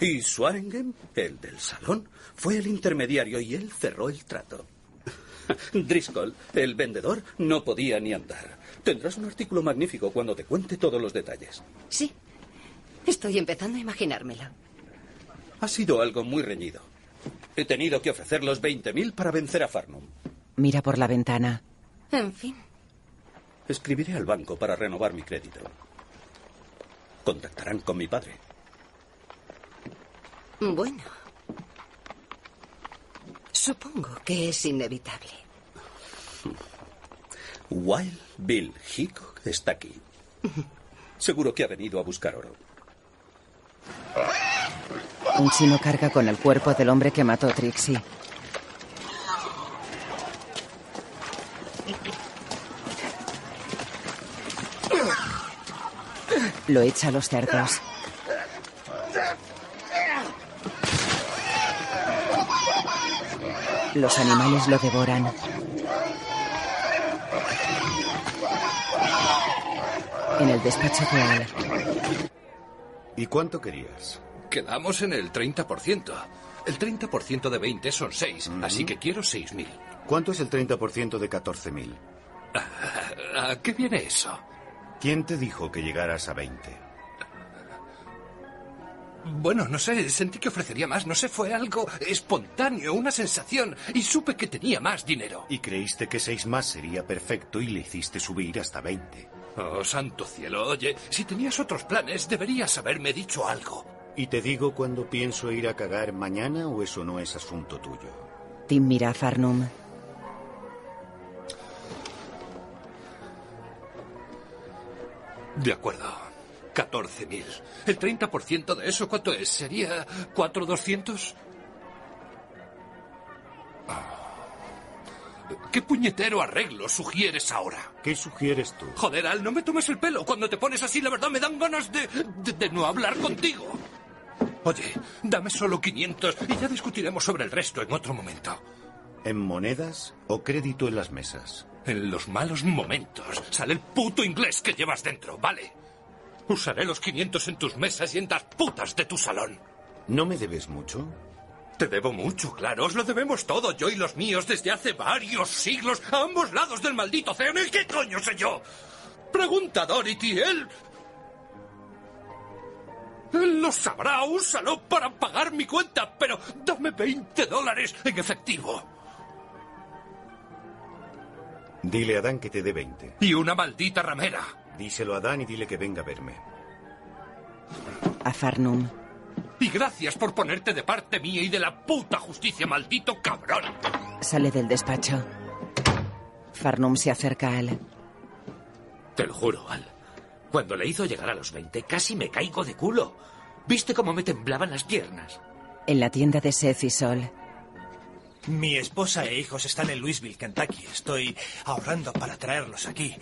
[SPEAKER 20] Y Swaringen, el del salón, fue el intermediario y él cerró el trato. Driscoll, el vendedor, no podía ni andar. Tendrás un artículo magnífico cuando te cuente todos los detalles.
[SPEAKER 28] Sí. Estoy empezando a imaginármelo.
[SPEAKER 20] Ha sido algo muy reñido. He tenido que ofrecer los 20.000 para vencer a Farnum.
[SPEAKER 1] Mira por la ventana.
[SPEAKER 28] En fin.
[SPEAKER 20] Escribiré al banco para renovar mi crédito. Contactarán con mi padre.
[SPEAKER 28] Bueno. Supongo que es inevitable.
[SPEAKER 20] Wild Bill Hickok está aquí. Seguro que ha venido a buscar oro.
[SPEAKER 1] Un chino carga con el cuerpo del hombre que mató a Trixie. Lo echa a los cerdos. Los animales lo devoran. En el despacho real,
[SPEAKER 10] ¿Y cuánto querías?
[SPEAKER 6] Quedamos en el 30%. El 30% de 20 son 6, así que quiero 6.000.
[SPEAKER 25] ¿Cuánto es el 30% de 14.000?
[SPEAKER 6] ¿A qué viene eso?
[SPEAKER 25] ¿Quién te dijo que llegaras a 20?
[SPEAKER 6] Bueno, no sé, sentí que ofrecería más, no sé, fue algo espontáneo, una sensación, y supe que tenía más dinero.
[SPEAKER 25] Y creíste que 6 más sería perfecto y le hiciste subir hasta 20.
[SPEAKER 6] Oh, santo cielo, oye, si tenías otros planes, deberías haberme dicho algo.
[SPEAKER 25] ¿Y te digo cuándo pienso ir a cagar mañana o eso no es asunto tuyo?
[SPEAKER 1] Tim mira a Farnum.
[SPEAKER 6] De acuerdo. 14.000. ¿El 30% de eso cuánto es? ¿Sería 4.200? Ah. ¿Qué puñetero arreglo sugieres ahora?
[SPEAKER 10] ¿Qué sugieres tú?
[SPEAKER 6] Joder, Al, no me tomes el pelo. Cuando te pones así, la verdad me dan ganas de, de, de no hablar contigo. Oye, dame solo 500 y ya discutiremos sobre el resto en otro momento.
[SPEAKER 10] ¿En monedas o crédito en las mesas?
[SPEAKER 6] En los malos momentos sale el puto inglés que llevas dentro, ¿vale? Usaré los 500 en tus mesas y en las putas de tu salón.
[SPEAKER 10] ¿No me debes mucho?
[SPEAKER 6] Te debo mucho, claro. Os lo debemos todo, yo y los míos, desde hace varios siglos, a ambos lados del maldito océano. ¿Y qué coño sé yo? Pregunta a Dorothy, él. Él lo sabrá, úsalo para pagar mi cuenta, pero dame 20 dólares en efectivo.
[SPEAKER 10] Dile a Dan que te dé 20.
[SPEAKER 6] Y una maldita ramera.
[SPEAKER 10] Díselo a Dan y dile que venga a verme.
[SPEAKER 1] A Farnum.
[SPEAKER 6] Y gracias por ponerte de parte mía y de la puta justicia, maldito cabrón.
[SPEAKER 1] Sale del despacho. Farnum se acerca a él.
[SPEAKER 29] Te lo juro, Al. Cuando le hizo llegar a los 20, casi me caigo de culo. ¿Viste cómo me temblaban las piernas?
[SPEAKER 1] En la tienda de Seth y Sol,
[SPEAKER 2] Mi esposa e hijos están en Louisville, Kentucky. Estoy ahorrando para traerlos aquí.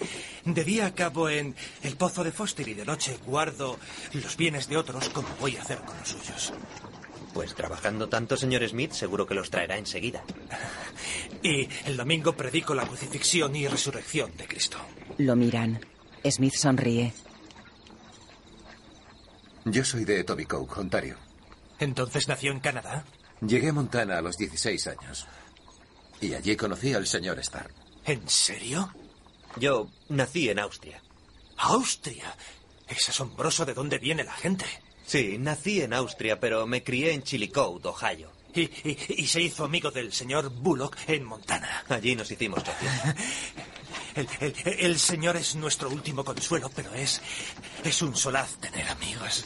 [SPEAKER 2] De día acabo en el pozo de Foster y de noche guardo los bienes de otros como voy a hacer con los suyos.
[SPEAKER 29] Pues trabajando tanto, señor Smith, seguro que los traerá enseguida.
[SPEAKER 2] Y el domingo predico la crucifixión y resurrección de Cristo.
[SPEAKER 1] lo miran. Smith sonríe.
[SPEAKER 18] Yo soy de Etobicoke, Ontario.
[SPEAKER 2] ¿Entonces nació en Canadá?
[SPEAKER 18] Llegué a Montana a los 16 años. Y allí conocí al señor Starr.
[SPEAKER 2] ¿En serio?
[SPEAKER 29] Yo nací en Austria.
[SPEAKER 2] Austria. Es asombroso de dónde viene la gente.
[SPEAKER 29] Sí, nací en Austria, pero me crié en Chillicothe, Ohio.
[SPEAKER 2] Y, y- y se hizo amigo del señor Bullock en Montana.
[SPEAKER 29] Allí nos hicimos socios.
[SPEAKER 2] El, el- el señor es nuestro último consuelo, pero es, es un solaz tener amigos.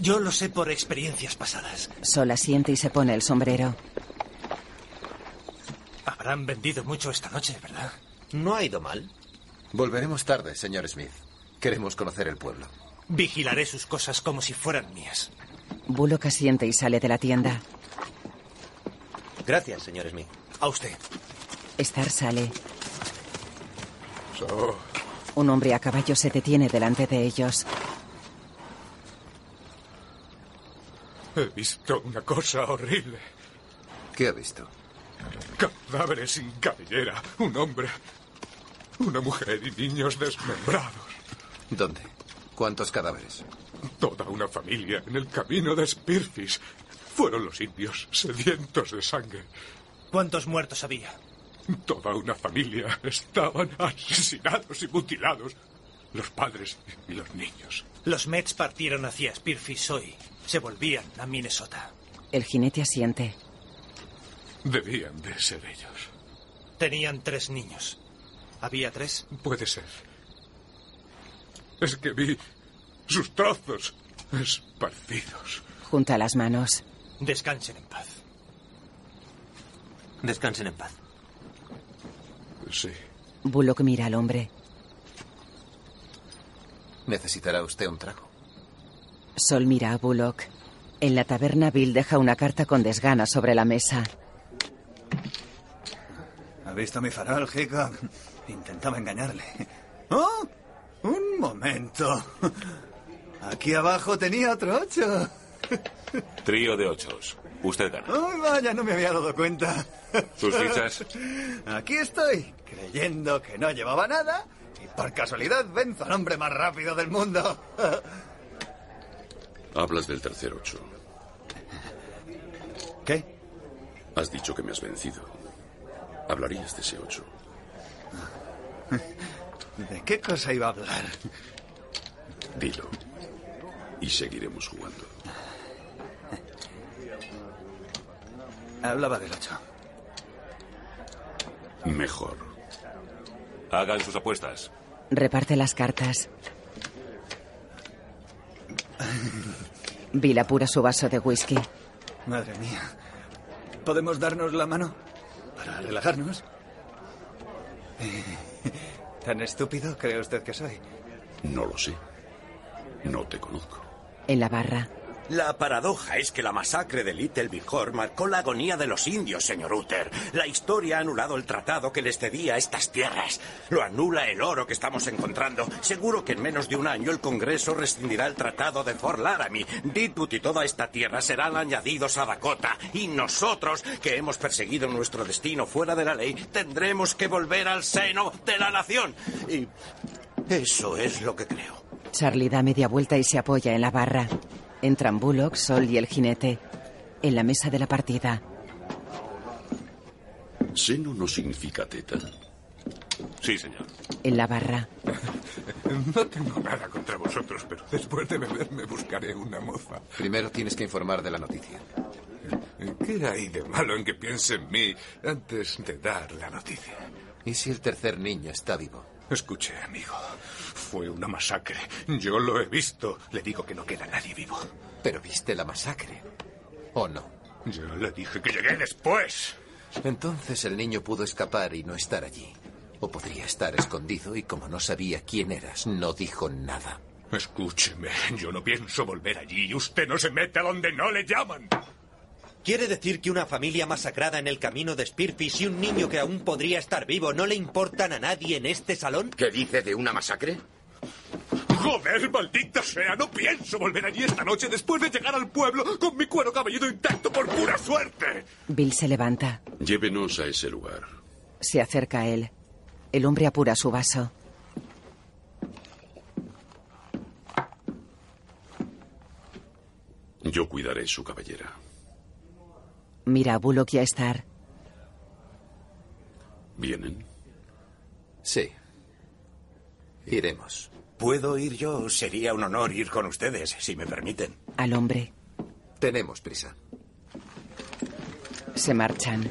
[SPEAKER 2] Yo lo sé por experiencias pasadas.
[SPEAKER 1] Sol asiente y se pone el sombrero.
[SPEAKER 2] Habrán vendido mucho esta noche, ¿verdad?
[SPEAKER 29] No ha ido mal.
[SPEAKER 18] Volveremos tarde, señor Smith. Queremos conocer el pueblo.
[SPEAKER 2] Vigilaré sus cosas como si fueran mías.
[SPEAKER 1] Bullock asiente y sale de la tienda.
[SPEAKER 29] Gracias, señor Smith.
[SPEAKER 2] A usted.
[SPEAKER 1] Star sale. Un hombre a caballo se detiene delante de ellos.
[SPEAKER 30] He visto una cosa horrible.
[SPEAKER 18] ¿Qué ha visto?
[SPEAKER 30] Cadáveres sin cabellera, un hombre, una mujer y niños desmembrados.
[SPEAKER 18] ¿Dónde? ¿Cuántos cadáveres?
[SPEAKER 30] Toda una familia en el camino de Spearfish. Fueron los indios, sedientos de sangre.
[SPEAKER 2] ¿Cuántos muertos había?
[SPEAKER 30] Toda una familia estaban asesinados y mutilados. Los padres y los niños.
[SPEAKER 2] Los Mets partieron hacia Spearfish hoy. Se volvían a Minnesota.
[SPEAKER 1] El jinete asiente.
[SPEAKER 30] Debían de ser ellos.
[SPEAKER 2] Tenían tres niños. ¿Había tres?
[SPEAKER 30] Puede ser. Es que vi sus trozos esparcidos.
[SPEAKER 1] Junta las manos.
[SPEAKER 2] Descansen en paz.
[SPEAKER 29] Descansen en paz.
[SPEAKER 30] Sí.
[SPEAKER 1] Bullock mira al hombre.
[SPEAKER 18] Necesitará usted un trago.
[SPEAKER 1] Sol mira a Bullock. En la taberna, Bill deja una carta con desgana sobre la mesa.
[SPEAKER 3] ¿Ha visto mi farol, Hickok? Intentaba engañarle. ¡Oh! ¡Un momento! Aquí abajo tenía otro ocho.
[SPEAKER 5] Trío de ochos. Usted gana.
[SPEAKER 3] ¡Ay, vaya! No me había dado cuenta.
[SPEAKER 5] Sus fichas.
[SPEAKER 3] Aquí estoy, creyendo que no llevaba nada y por casualidad venzo al hombre más rápido del mundo.
[SPEAKER 15] Hablas del tercer ocho.
[SPEAKER 3] ¿Qué?
[SPEAKER 15] Has dicho que me has vencido. Hablarías de ese ocho.
[SPEAKER 3] ¿De qué cosa iba a hablar?
[SPEAKER 15] Dilo. Y seguiremos jugando.
[SPEAKER 3] Hablaba del ocho.
[SPEAKER 15] Mejor.
[SPEAKER 5] Hagan sus apuestas.
[SPEAKER 1] Reparte las cartas. Bill apura su vaso de whisky.
[SPEAKER 3] Madre mía. ¿Podemos darnos la mano? Para relajarnos. Tan estúpido cree usted que soy.
[SPEAKER 15] No lo sé. No te conozco.
[SPEAKER 1] En la barra,
[SPEAKER 2] La paradoja es que la masacre de Little Bighorn marcó la agonía de los indios, señor Uther. La historia ha anulado el tratado que les cedía estas tierras. Lo anula el oro que estamos encontrando. Seguro que en menos de un año el Congreso rescindirá el tratado de Fort Laramie. Deadwood y toda esta tierra serán añadidos a Dakota. Y nosotros, que hemos perseguido nuestro destino fuera de la ley, tendremos que volver al seno de la nación. Y eso es lo que creo.
[SPEAKER 1] Charlie da media vuelta y se apoya en la barra. Entran Bullock, Sol y el jinete. En la mesa de la partida,
[SPEAKER 15] Seno no significa teta.
[SPEAKER 31] Sí, señor.
[SPEAKER 1] en la barra,
[SPEAKER 30] No tengo nada contra vosotros, pero después de beber me buscaré una moza.
[SPEAKER 18] Primero tienes que informar de la noticia.
[SPEAKER 30] ¿Qué hay de malo en que piense en mí antes de dar la noticia?
[SPEAKER 18] ¿Y si el tercer niño está vivo?
[SPEAKER 30] Escuche, amigo. Fue una masacre. Yo lo he visto. Le digo que no queda nadie vivo.
[SPEAKER 18] Pero viste la masacre. ¿O no?
[SPEAKER 30] Yo le dije que llegué después.
[SPEAKER 18] Entonces el niño pudo escapar y no estar allí. O podría estar escondido y como no sabía quién eras, no dijo nada.
[SPEAKER 30] Escúcheme, yo no pienso volver allí y usted no se mete a donde no le llaman.
[SPEAKER 32] ¿Quiere decir que una familia masacrada en el camino de Spearfish y un niño que aún podría estar vivo no le importan a nadie en este salón?
[SPEAKER 33] ¿Qué dice de una masacre?
[SPEAKER 30] Joder, maldita sea, no pienso volver allí esta noche después de llegar al pueblo con mi cuero cabelludo intacto por pura suerte.
[SPEAKER 1] Bill se levanta.
[SPEAKER 15] Llévenos a ese lugar.
[SPEAKER 1] Se acerca a él. El hombre apura su vaso.
[SPEAKER 15] Yo cuidaré su cabellera.
[SPEAKER 1] Mira a Bullock y a Star.
[SPEAKER 15] ¿Vienen?
[SPEAKER 18] Sí. Iremos.
[SPEAKER 2] ¿Puedo ir yo? Sería un honor ir con ustedes, si me permiten.
[SPEAKER 1] Al hombre.
[SPEAKER 18] Tenemos prisa.
[SPEAKER 1] Se marchan.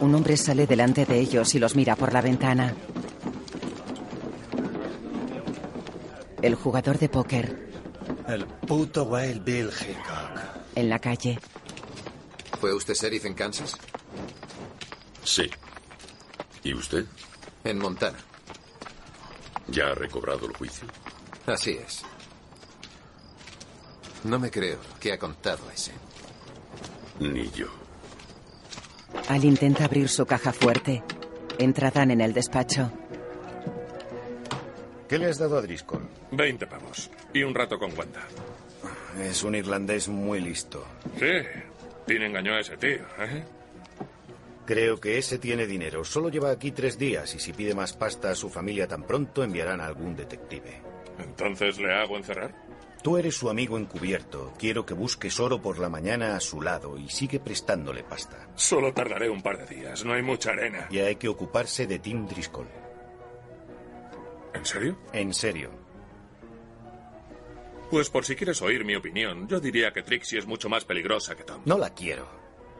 [SPEAKER 1] Un hombre sale delante de ellos y los mira por la ventana. El jugador de póker
[SPEAKER 34] El puto Wild Bill Hickok.
[SPEAKER 1] en la calle.
[SPEAKER 18] ¿Fue usted sheriff en Kansas?
[SPEAKER 15] Sí. ¿Y usted?
[SPEAKER 18] En Montana.
[SPEAKER 15] ¿Ya ha recobrado el juicio?
[SPEAKER 18] Así es. No me creo que ha contado ese.
[SPEAKER 15] Ni yo.
[SPEAKER 1] Al intenta abrir su caja fuerte. Entra Dan en el despacho.
[SPEAKER 10] ¿Qué le has dado a Driscoll?
[SPEAKER 5] 20 pavos. Y un rato con Wanda.
[SPEAKER 10] Es un irlandés muy listo.
[SPEAKER 5] Sí. Tin engañó a ese tío, ¿eh?
[SPEAKER 10] Creo que ese tiene dinero. Solo lleva aquí tres días y si pide más pasta a su familia tan pronto enviarán a algún detective.
[SPEAKER 5] Entonces le hago encerrar.
[SPEAKER 10] Tú eres su amigo encubierto. Quiero que busques oro por la mañana a su lado y sigue prestándole pasta.
[SPEAKER 5] Solo tardaré un par de días. No hay mucha arena.
[SPEAKER 10] Y hay que ocuparse de Tim Driscoll.
[SPEAKER 5] ¿En serio?
[SPEAKER 10] En serio.
[SPEAKER 5] Pues por si quieres oír mi opinión, yo diría que Trixie es mucho más peligrosa que Tom.
[SPEAKER 10] No la quiero.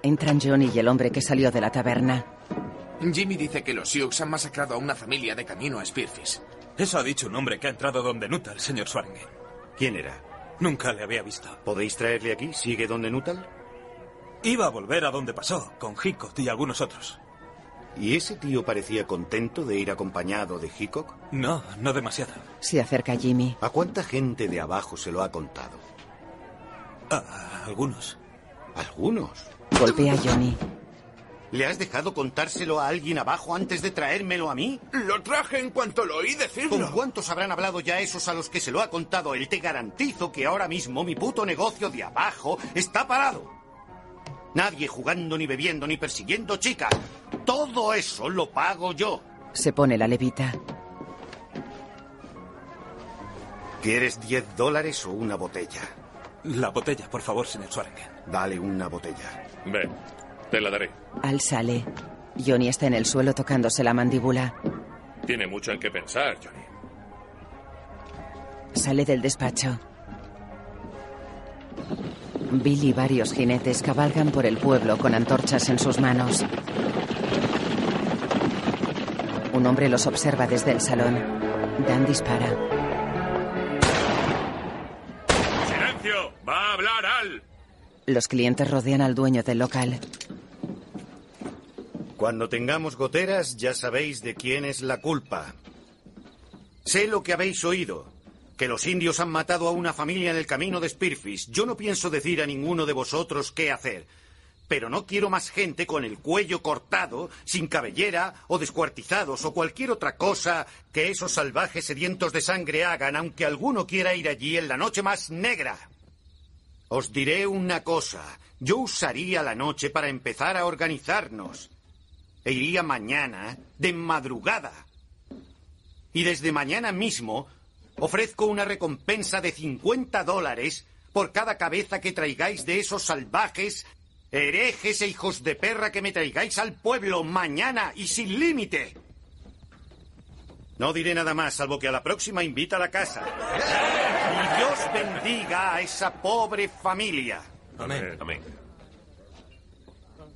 [SPEAKER 1] Entran Johnny y el hombre que salió de la taberna.
[SPEAKER 33] Jimmy dice que los Sioux han masacrado a una familia de camino a Spearfish.
[SPEAKER 35] Eso ha dicho un hombre que ha entrado donde nuta el señor Swaringen.
[SPEAKER 10] ¿Quién era?
[SPEAKER 35] Nunca le había visto.
[SPEAKER 10] ¿Podéis traerle aquí? ¿Sigue donde Nuttall?
[SPEAKER 35] Iba a volver a donde pasó, con Hickok y algunos otros.
[SPEAKER 10] ¿Y ese tío parecía contento de ir acompañado de Hickok?
[SPEAKER 35] No, no demasiado.
[SPEAKER 1] Se acerca Jimmy.
[SPEAKER 10] ¿A cuánta gente de abajo se lo ha contado?
[SPEAKER 35] A algunos.
[SPEAKER 10] ¿Algunos?
[SPEAKER 1] Golpea a Johnny.
[SPEAKER 10] ¿Le has dejado contárselo a alguien abajo antes de traérmelo a mí? Lo traje en cuanto lo oí decirlo. ¿Con cuántos habrán hablado ya esos a los que se lo ha contado él? Te garantizo que ahora mismo mi puto negocio de abajo está parado. Nadie jugando, ni bebiendo, ni persiguiendo chicas. Todo eso lo pago yo.
[SPEAKER 1] Se pone la levita.
[SPEAKER 10] ¿Quieres 10 dólares o una botella?
[SPEAKER 35] La botella, por favor, señor Swaringen.
[SPEAKER 10] Dale una botella.
[SPEAKER 5] Ve, te la daré.
[SPEAKER 1] Al sale. Johnny está en el suelo tocándose la mandíbula.
[SPEAKER 5] Tiene mucho en qué pensar, Johnny.
[SPEAKER 1] Sale del despacho. Bill y varios jinetes cabalgan por el pueblo con antorchas en sus manos. Un hombre los observa desde el salón. Dan dispara.
[SPEAKER 5] ¡Silencio! ¡Va a hablar Al!
[SPEAKER 1] Los clientes rodean al dueño del local.
[SPEAKER 10] Cuando tengamos goteras, ya sabéis de quién es la culpa. Sé lo que habéis oído. que los indios han matado a una familia en el camino de Spearfish. Yo no pienso decir a ninguno de vosotros qué hacer. Pero no quiero más gente con el cuello cortado, sin cabellera o descuartizados o cualquier otra cosa que esos salvajes sedientos de sangre hagan, aunque alguno quiera ir allí en la noche más negra. Os diré una cosa. Yo usaría la noche para empezar a organizarnos. E iría mañana, de madrugada. Y desde mañana mismo ofrezco una recompensa de 50 dólares por cada cabeza que traigáis de esos salvajes, herejes e hijos de perra que me traigáis al pueblo mañana y sin límite. No diré nada más, salvo que a la próxima invita a la casa. Y Dios bendiga a esa pobre familia.
[SPEAKER 5] Amén. Amén.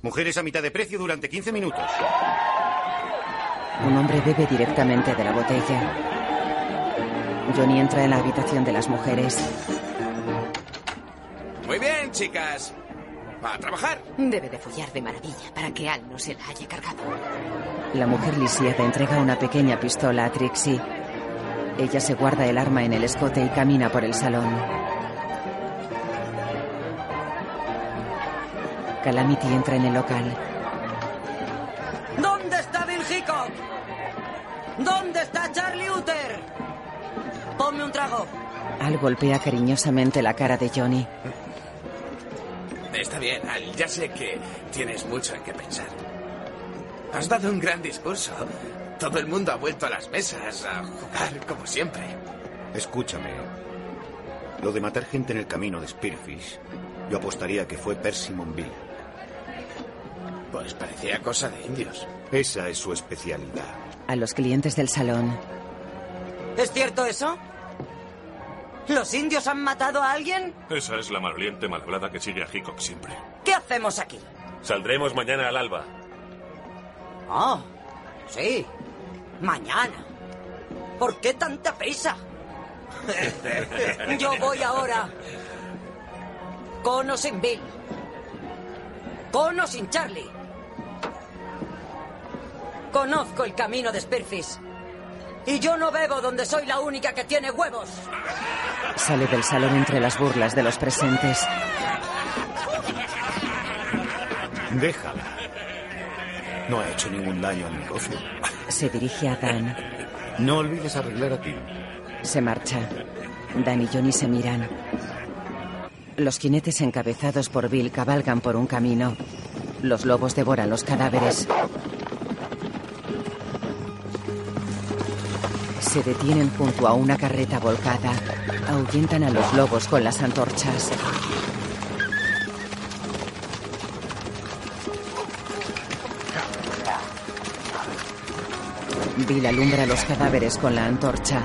[SPEAKER 10] Mujeres a mitad de precio durante 15 minutos.
[SPEAKER 1] Un hombre bebe directamente de la botella. Johnny entra en la habitación de las mujeres.
[SPEAKER 2] Muy bien, chicas. A trabajar.
[SPEAKER 36] Debe de follar de maravilla para que Al no se la haya cargado.
[SPEAKER 1] La mujer lisiada entrega una pequeña pistola a Trixie. Ella se guarda el arma en el escote y camina por el salón. Calamity entra en el local.
[SPEAKER 9] ¿Dónde está Bill Hickok? ¿Dónde está Charlie Uther? Ponme un trago.
[SPEAKER 1] Al golpea cariñosamente la cara de Johnny.
[SPEAKER 2] Está bien, Al. Ya sé que tienes mucho en qué pensar. Has dado un gran discurso. Todo el mundo ha vuelto a las mesas a jugar como siempre.
[SPEAKER 37] Escúchame. Lo de matar gente en el camino de Spearfish, yo apostaría que fue Persimonville.
[SPEAKER 2] Pues parecía cosa de indios.
[SPEAKER 37] Esa es su especialidad.
[SPEAKER 1] A los clientes del salón,
[SPEAKER 9] ¿Es cierto eso? ¿Los indios han matado a alguien?
[SPEAKER 5] Esa es la maloliente malhablada que sigue a Hickok siempre.
[SPEAKER 9] ¿Qué hacemos aquí?
[SPEAKER 5] Saldremos mañana al alba.
[SPEAKER 9] Ah, sí. Mañana. ¿Por qué tanta prisa? Yo voy ahora. Con o sin Bill. Con o sin Charlie. Conozco el camino de Spearfish. Y yo no bebo donde soy la única que tiene huevos.
[SPEAKER 1] sale del salón entre las burlas de los presentes.
[SPEAKER 37] Déjala. No ha hecho ningún daño al negocio.
[SPEAKER 1] Se dirige a Dan.
[SPEAKER 37] No olvides arreglar a ti.
[SPEAKER 1] Se marcha. Dan y Johnny se miran. Los jinetes encabezados por Bill cabalgan por un camino. Los lobos devoran los cadáveres. Se detienen junto a una carreta volcada. Ahuyentan a los lobos con las antorchas. Bill alumbra los cadáveres con la antorcha.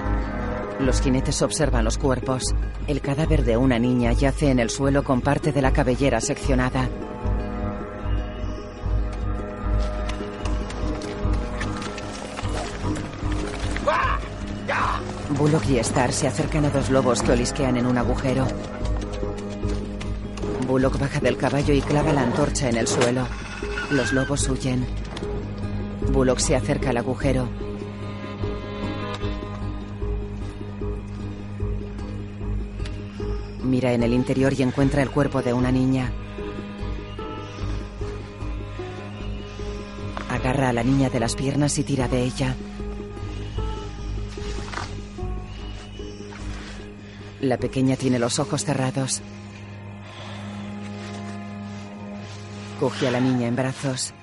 [SPEAKER 1] Los jinetes observan los cuerpos. El cadáver de una niña yace en el suelo con parte de la cabellera seccionada. Bullock y Star se acercan a dos lobos que olisquean en un agujero. Bullock baja del caballo y clava la antorcha en el suelo. Los lobos huyen. Bullock se acerca al agujero. Mira en el interior y encuentra el cuerpo de una niña. Agarra a la niña de las piernas y tira de ella. La pequeña tiene los ojos cerrados. Coge a la niña en brazos.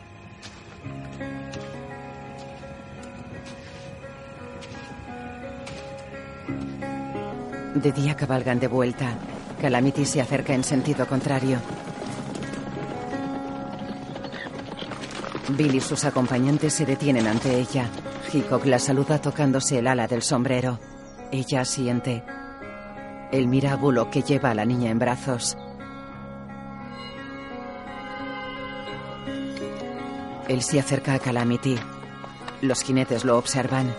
[SPEAKER 1] De día cabalgan de vuelta. Calamity se acerca en sentido contrario. Bill y sus acompañantes se detienen ante ella. Hickok la saluda tocándose el ala del sombrero. Ella asiente. Él mira a Bullock que lleva a la niña en brazos. Él se acerca a Calamity. Los jinetes lo observan.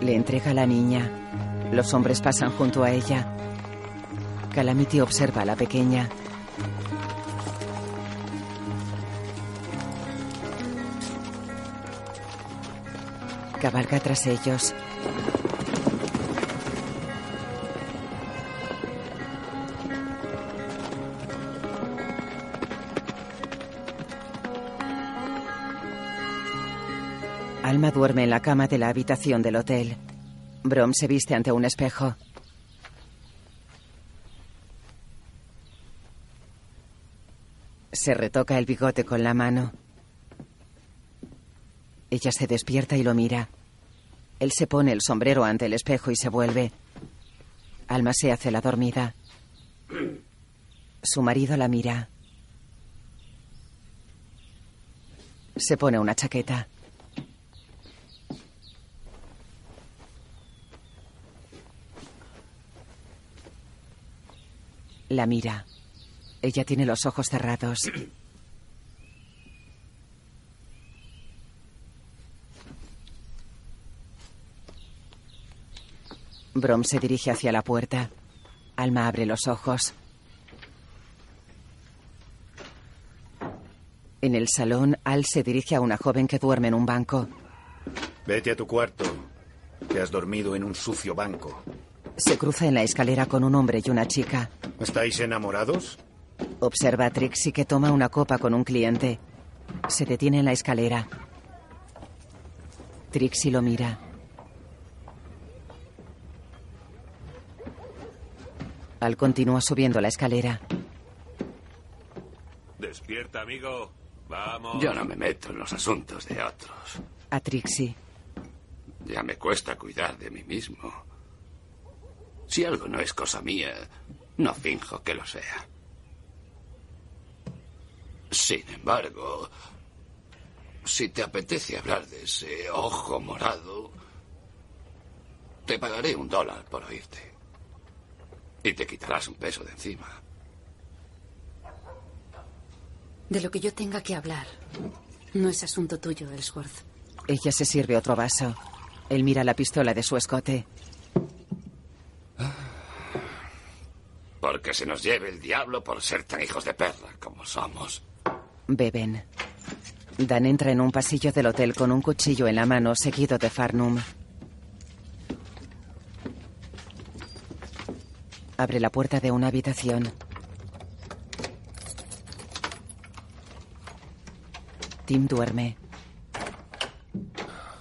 [SPEAKER 1] Le entrega a la niña. Los hombres pasan junto a ella. Calamity observa a la pequeña. Cabalga tras ellos. Alma duerme en la cama de la habitación del hotel. Brom se viste ante un espejo. Se retoca el bigote con la mano. Ella se despierta y lo mira. Él se pone el sombrero ante el espejo y se vuelve. Alma se hace la dormida. Su marido la mira. Se pone una chaqueta. La mira. Ella tiene los ojos cerrados. Brom se dirige hacia la puerta. Alma abre los ojos. En el salón, Al se dirige a una joven que duerme en un banco.
[SPEAKER 10] Vete a tu cuarto. Te has dormido en un sucio banco.
[SPEAKER 1] Se cruza en la escalera con un hombre y una chica.
[SPEAKER 10] ¿Estáis enamorados?
[SPEAKER 1] Observa a Trixie que toma una copa con un cliente. Se detiene en la escalera. Trixie lo mira. Al continúa subiendo la escalera.
[SPEAKER 5] Despierta, amigo. Vamos.
[SPEAKER 11] Yo no me meto en los asuntos de otros.
[SPEAKER 1] A Trixie.
[SPEAKER 11] Ya me cuesta cuidar de mí mismo. Si algo no es cosa mía, no finjo que lo sea. Sin embargo, si te apetece hablar de ese ojo morado, te pagaré un dólar por oírte. Y te quitarás un peso de encima.
[SPEAKER 12] De lo que yo tenga que hablar. No es asunto tuyo, Ellsworth.
[SPEAKER 1] Ella se sirve otro vaso. Él mira la pistola de su escote.
[SPEAKER 11] Porque se nos lleve el diablo por ser tan hijos de perra como somos.
[SPEAKER 1] Beben. Dan entra en un pasillo del hotel con un cuchillo en la mano, seguido de Farnum. Abre la puerta de una habitación. Tim duerme.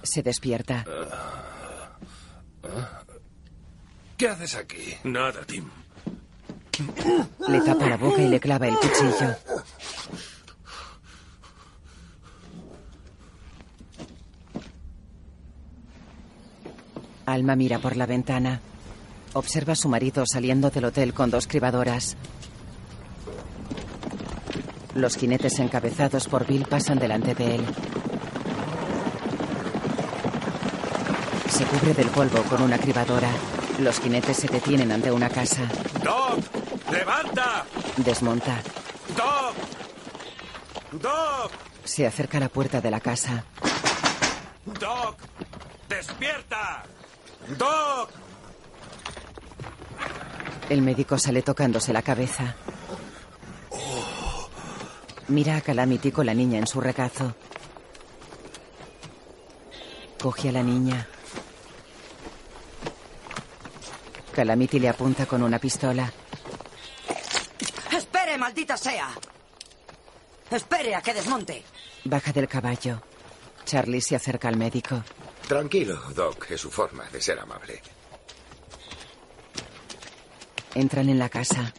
[SPEAKER 1] Se despierta.
[SPEAKER 11] ¿Qué haces aquí?
[SPEAKER 5] Nada, Tim.
[SPEAKER 1] Le tapa la boca y le clava el cuchillo. Alma mira por la ventana. Observa a su marido saliendo del hotel con dos cribadoras. Los jinetes encabezados por Bill pasan delante de él. Se cubre del polvo con una cribadora. Los jinetes se detienen ante una casa.
[SPEAKER 6] ¡Doc! ¡Levanta!
[SPEAKER 1] Desmonta.
[SPEAKER 6] ¡Doc! ¡Doc!
[SPEAKER 1] Se acerca a la puerta de la casa.
[SPEAKER 6] ¡Doc! ¡Despierta! ¡Doc!
[SPEAKER 1] El médico sale tocándose la cabeza. Mira a Calamity con la niña en su regazo. Coge a la niña. Calamity le apunta con una pistola.
[SPEAKER 9] ¡Espere, maldita sea! ¡Espere a que desmonte!
[SPEAKER 1] Baja del caballo. Charlie se acerca al médico.
[SPEAKER 18] Tranquilo, Doc, es su forma de ser amable.
[SPEAKER 1] Entran en la casa.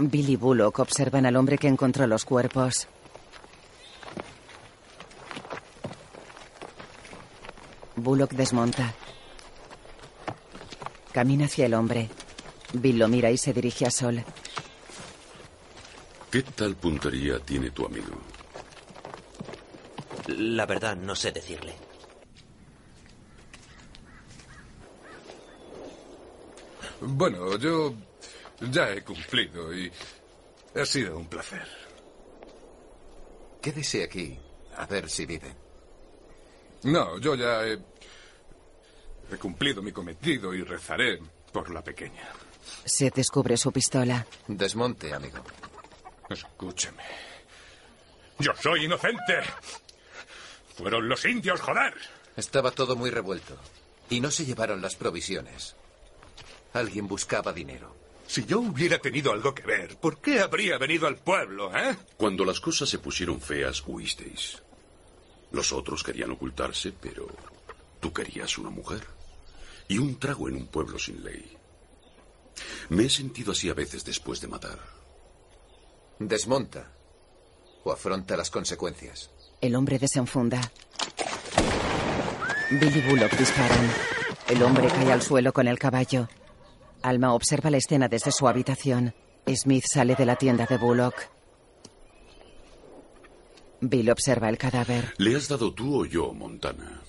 [SPEAKER 1] Bill y Bullock observan al hombre que encontró los cuerpos. Bullock desmonta. Camina hacia el hombre. Bill lo mira y se dirige a Sol.
[SPEAKER 15] ¿Qué tal puntería tiene tu amigo?
[SPEAKER 30] La verdad, no sé decirle. Bueno, yo ya he cumplido y ha sido un placer.
[SPEAKER 38] Quédese aquí, a ver si vive.
[SPEAKER 30] No, yo ya he, he cumplido mi cometido y rezaré por la pequeña.
[SPEAKER 1] Se descubre su pistola.
[SPEAKER 38] Desmonte, amigo.
[SPEAKER 30] Escúcheme. Yo soy inocente. Fueron los indios, joder.
[SPEAKER 11] Estaba todo muy revuelto. Y no se llevaron las provisiones. Alguien buscaba dinero.
[SPEAKER 39] Si yo hubiera tenido algo que ver, ¿por qué habría venido al pueblo, eh?
[SPEAKER 15] Cuando las cosas se pusieron feas, huisteis. Los otros querían ocultarse, pero tú querías una mujer. Y un trago en un pueblo sin ley. Me he sentido así a veces después de matar.
[SPEAKER 11] Desmonta. O afronta las consecuencias.
[SPEAKER 1] El hombre desenfunda. Billy Bullock disparan. El hombre cae al suelo con el caballo. Alma observa la escena desde su habitación. Smith sale de la tienda de Bullock. Bill observa el cadáver.
[SPEAKER 15] ¿Le has dado tú o yo, Montana?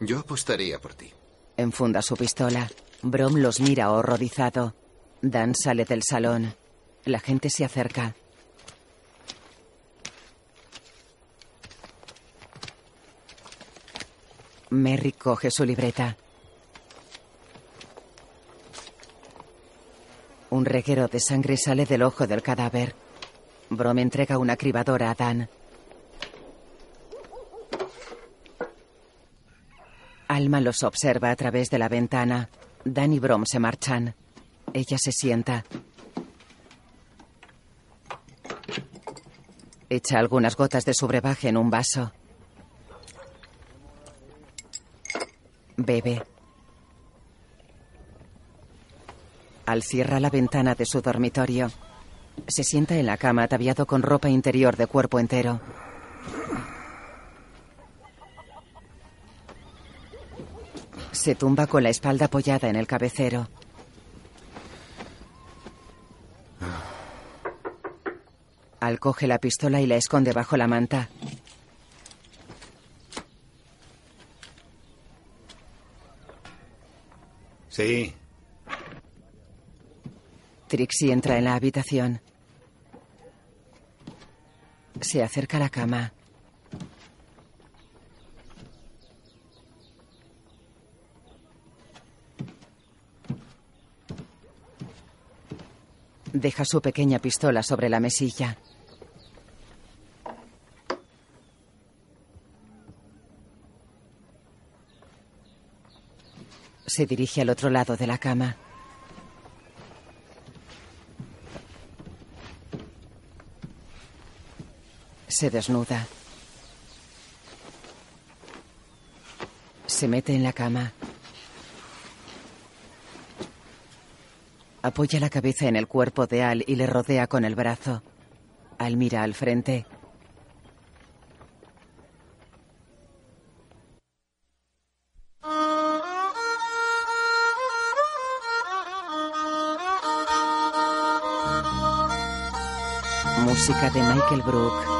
[SPEAKER 11] Yo apostaría por ti.
[SPEAKER 1] Enfunda su pistola. Brom los mira horrorizado. Dan sale del salón. La gente se acerca. Merry coge su libreta. Un reguero de sangre sale del ojo del cadáver. Brom entrega una cribadora a Dan. Alma los observa a través de la ventana. Dan y Brom se marchan. Ella se sienta. Echa algunas gotas de su brebaje en un vaso. Bebe. Al cierra la ventana de su dormitorio, se sienta en la cama ataviado con ropa interior de cuerpo entero. Se tumba con la espalda apoyada en el cabecero. Al coge la pistola y la esconde bajo la manta.
[SPEAKER 10] Sí,
[SPEAKER 1] Trixie entra en la habitación. Se acerca a la cama. Deja su pequeña pistola sobre la mesilla. Se dirige al otro lado de la cama. Se desnuda. Se mete en la cama. Apoya la cabeza en el cuerpo de Al y le rodea con el brazo. Al mira al frente. Música de Michael Brook.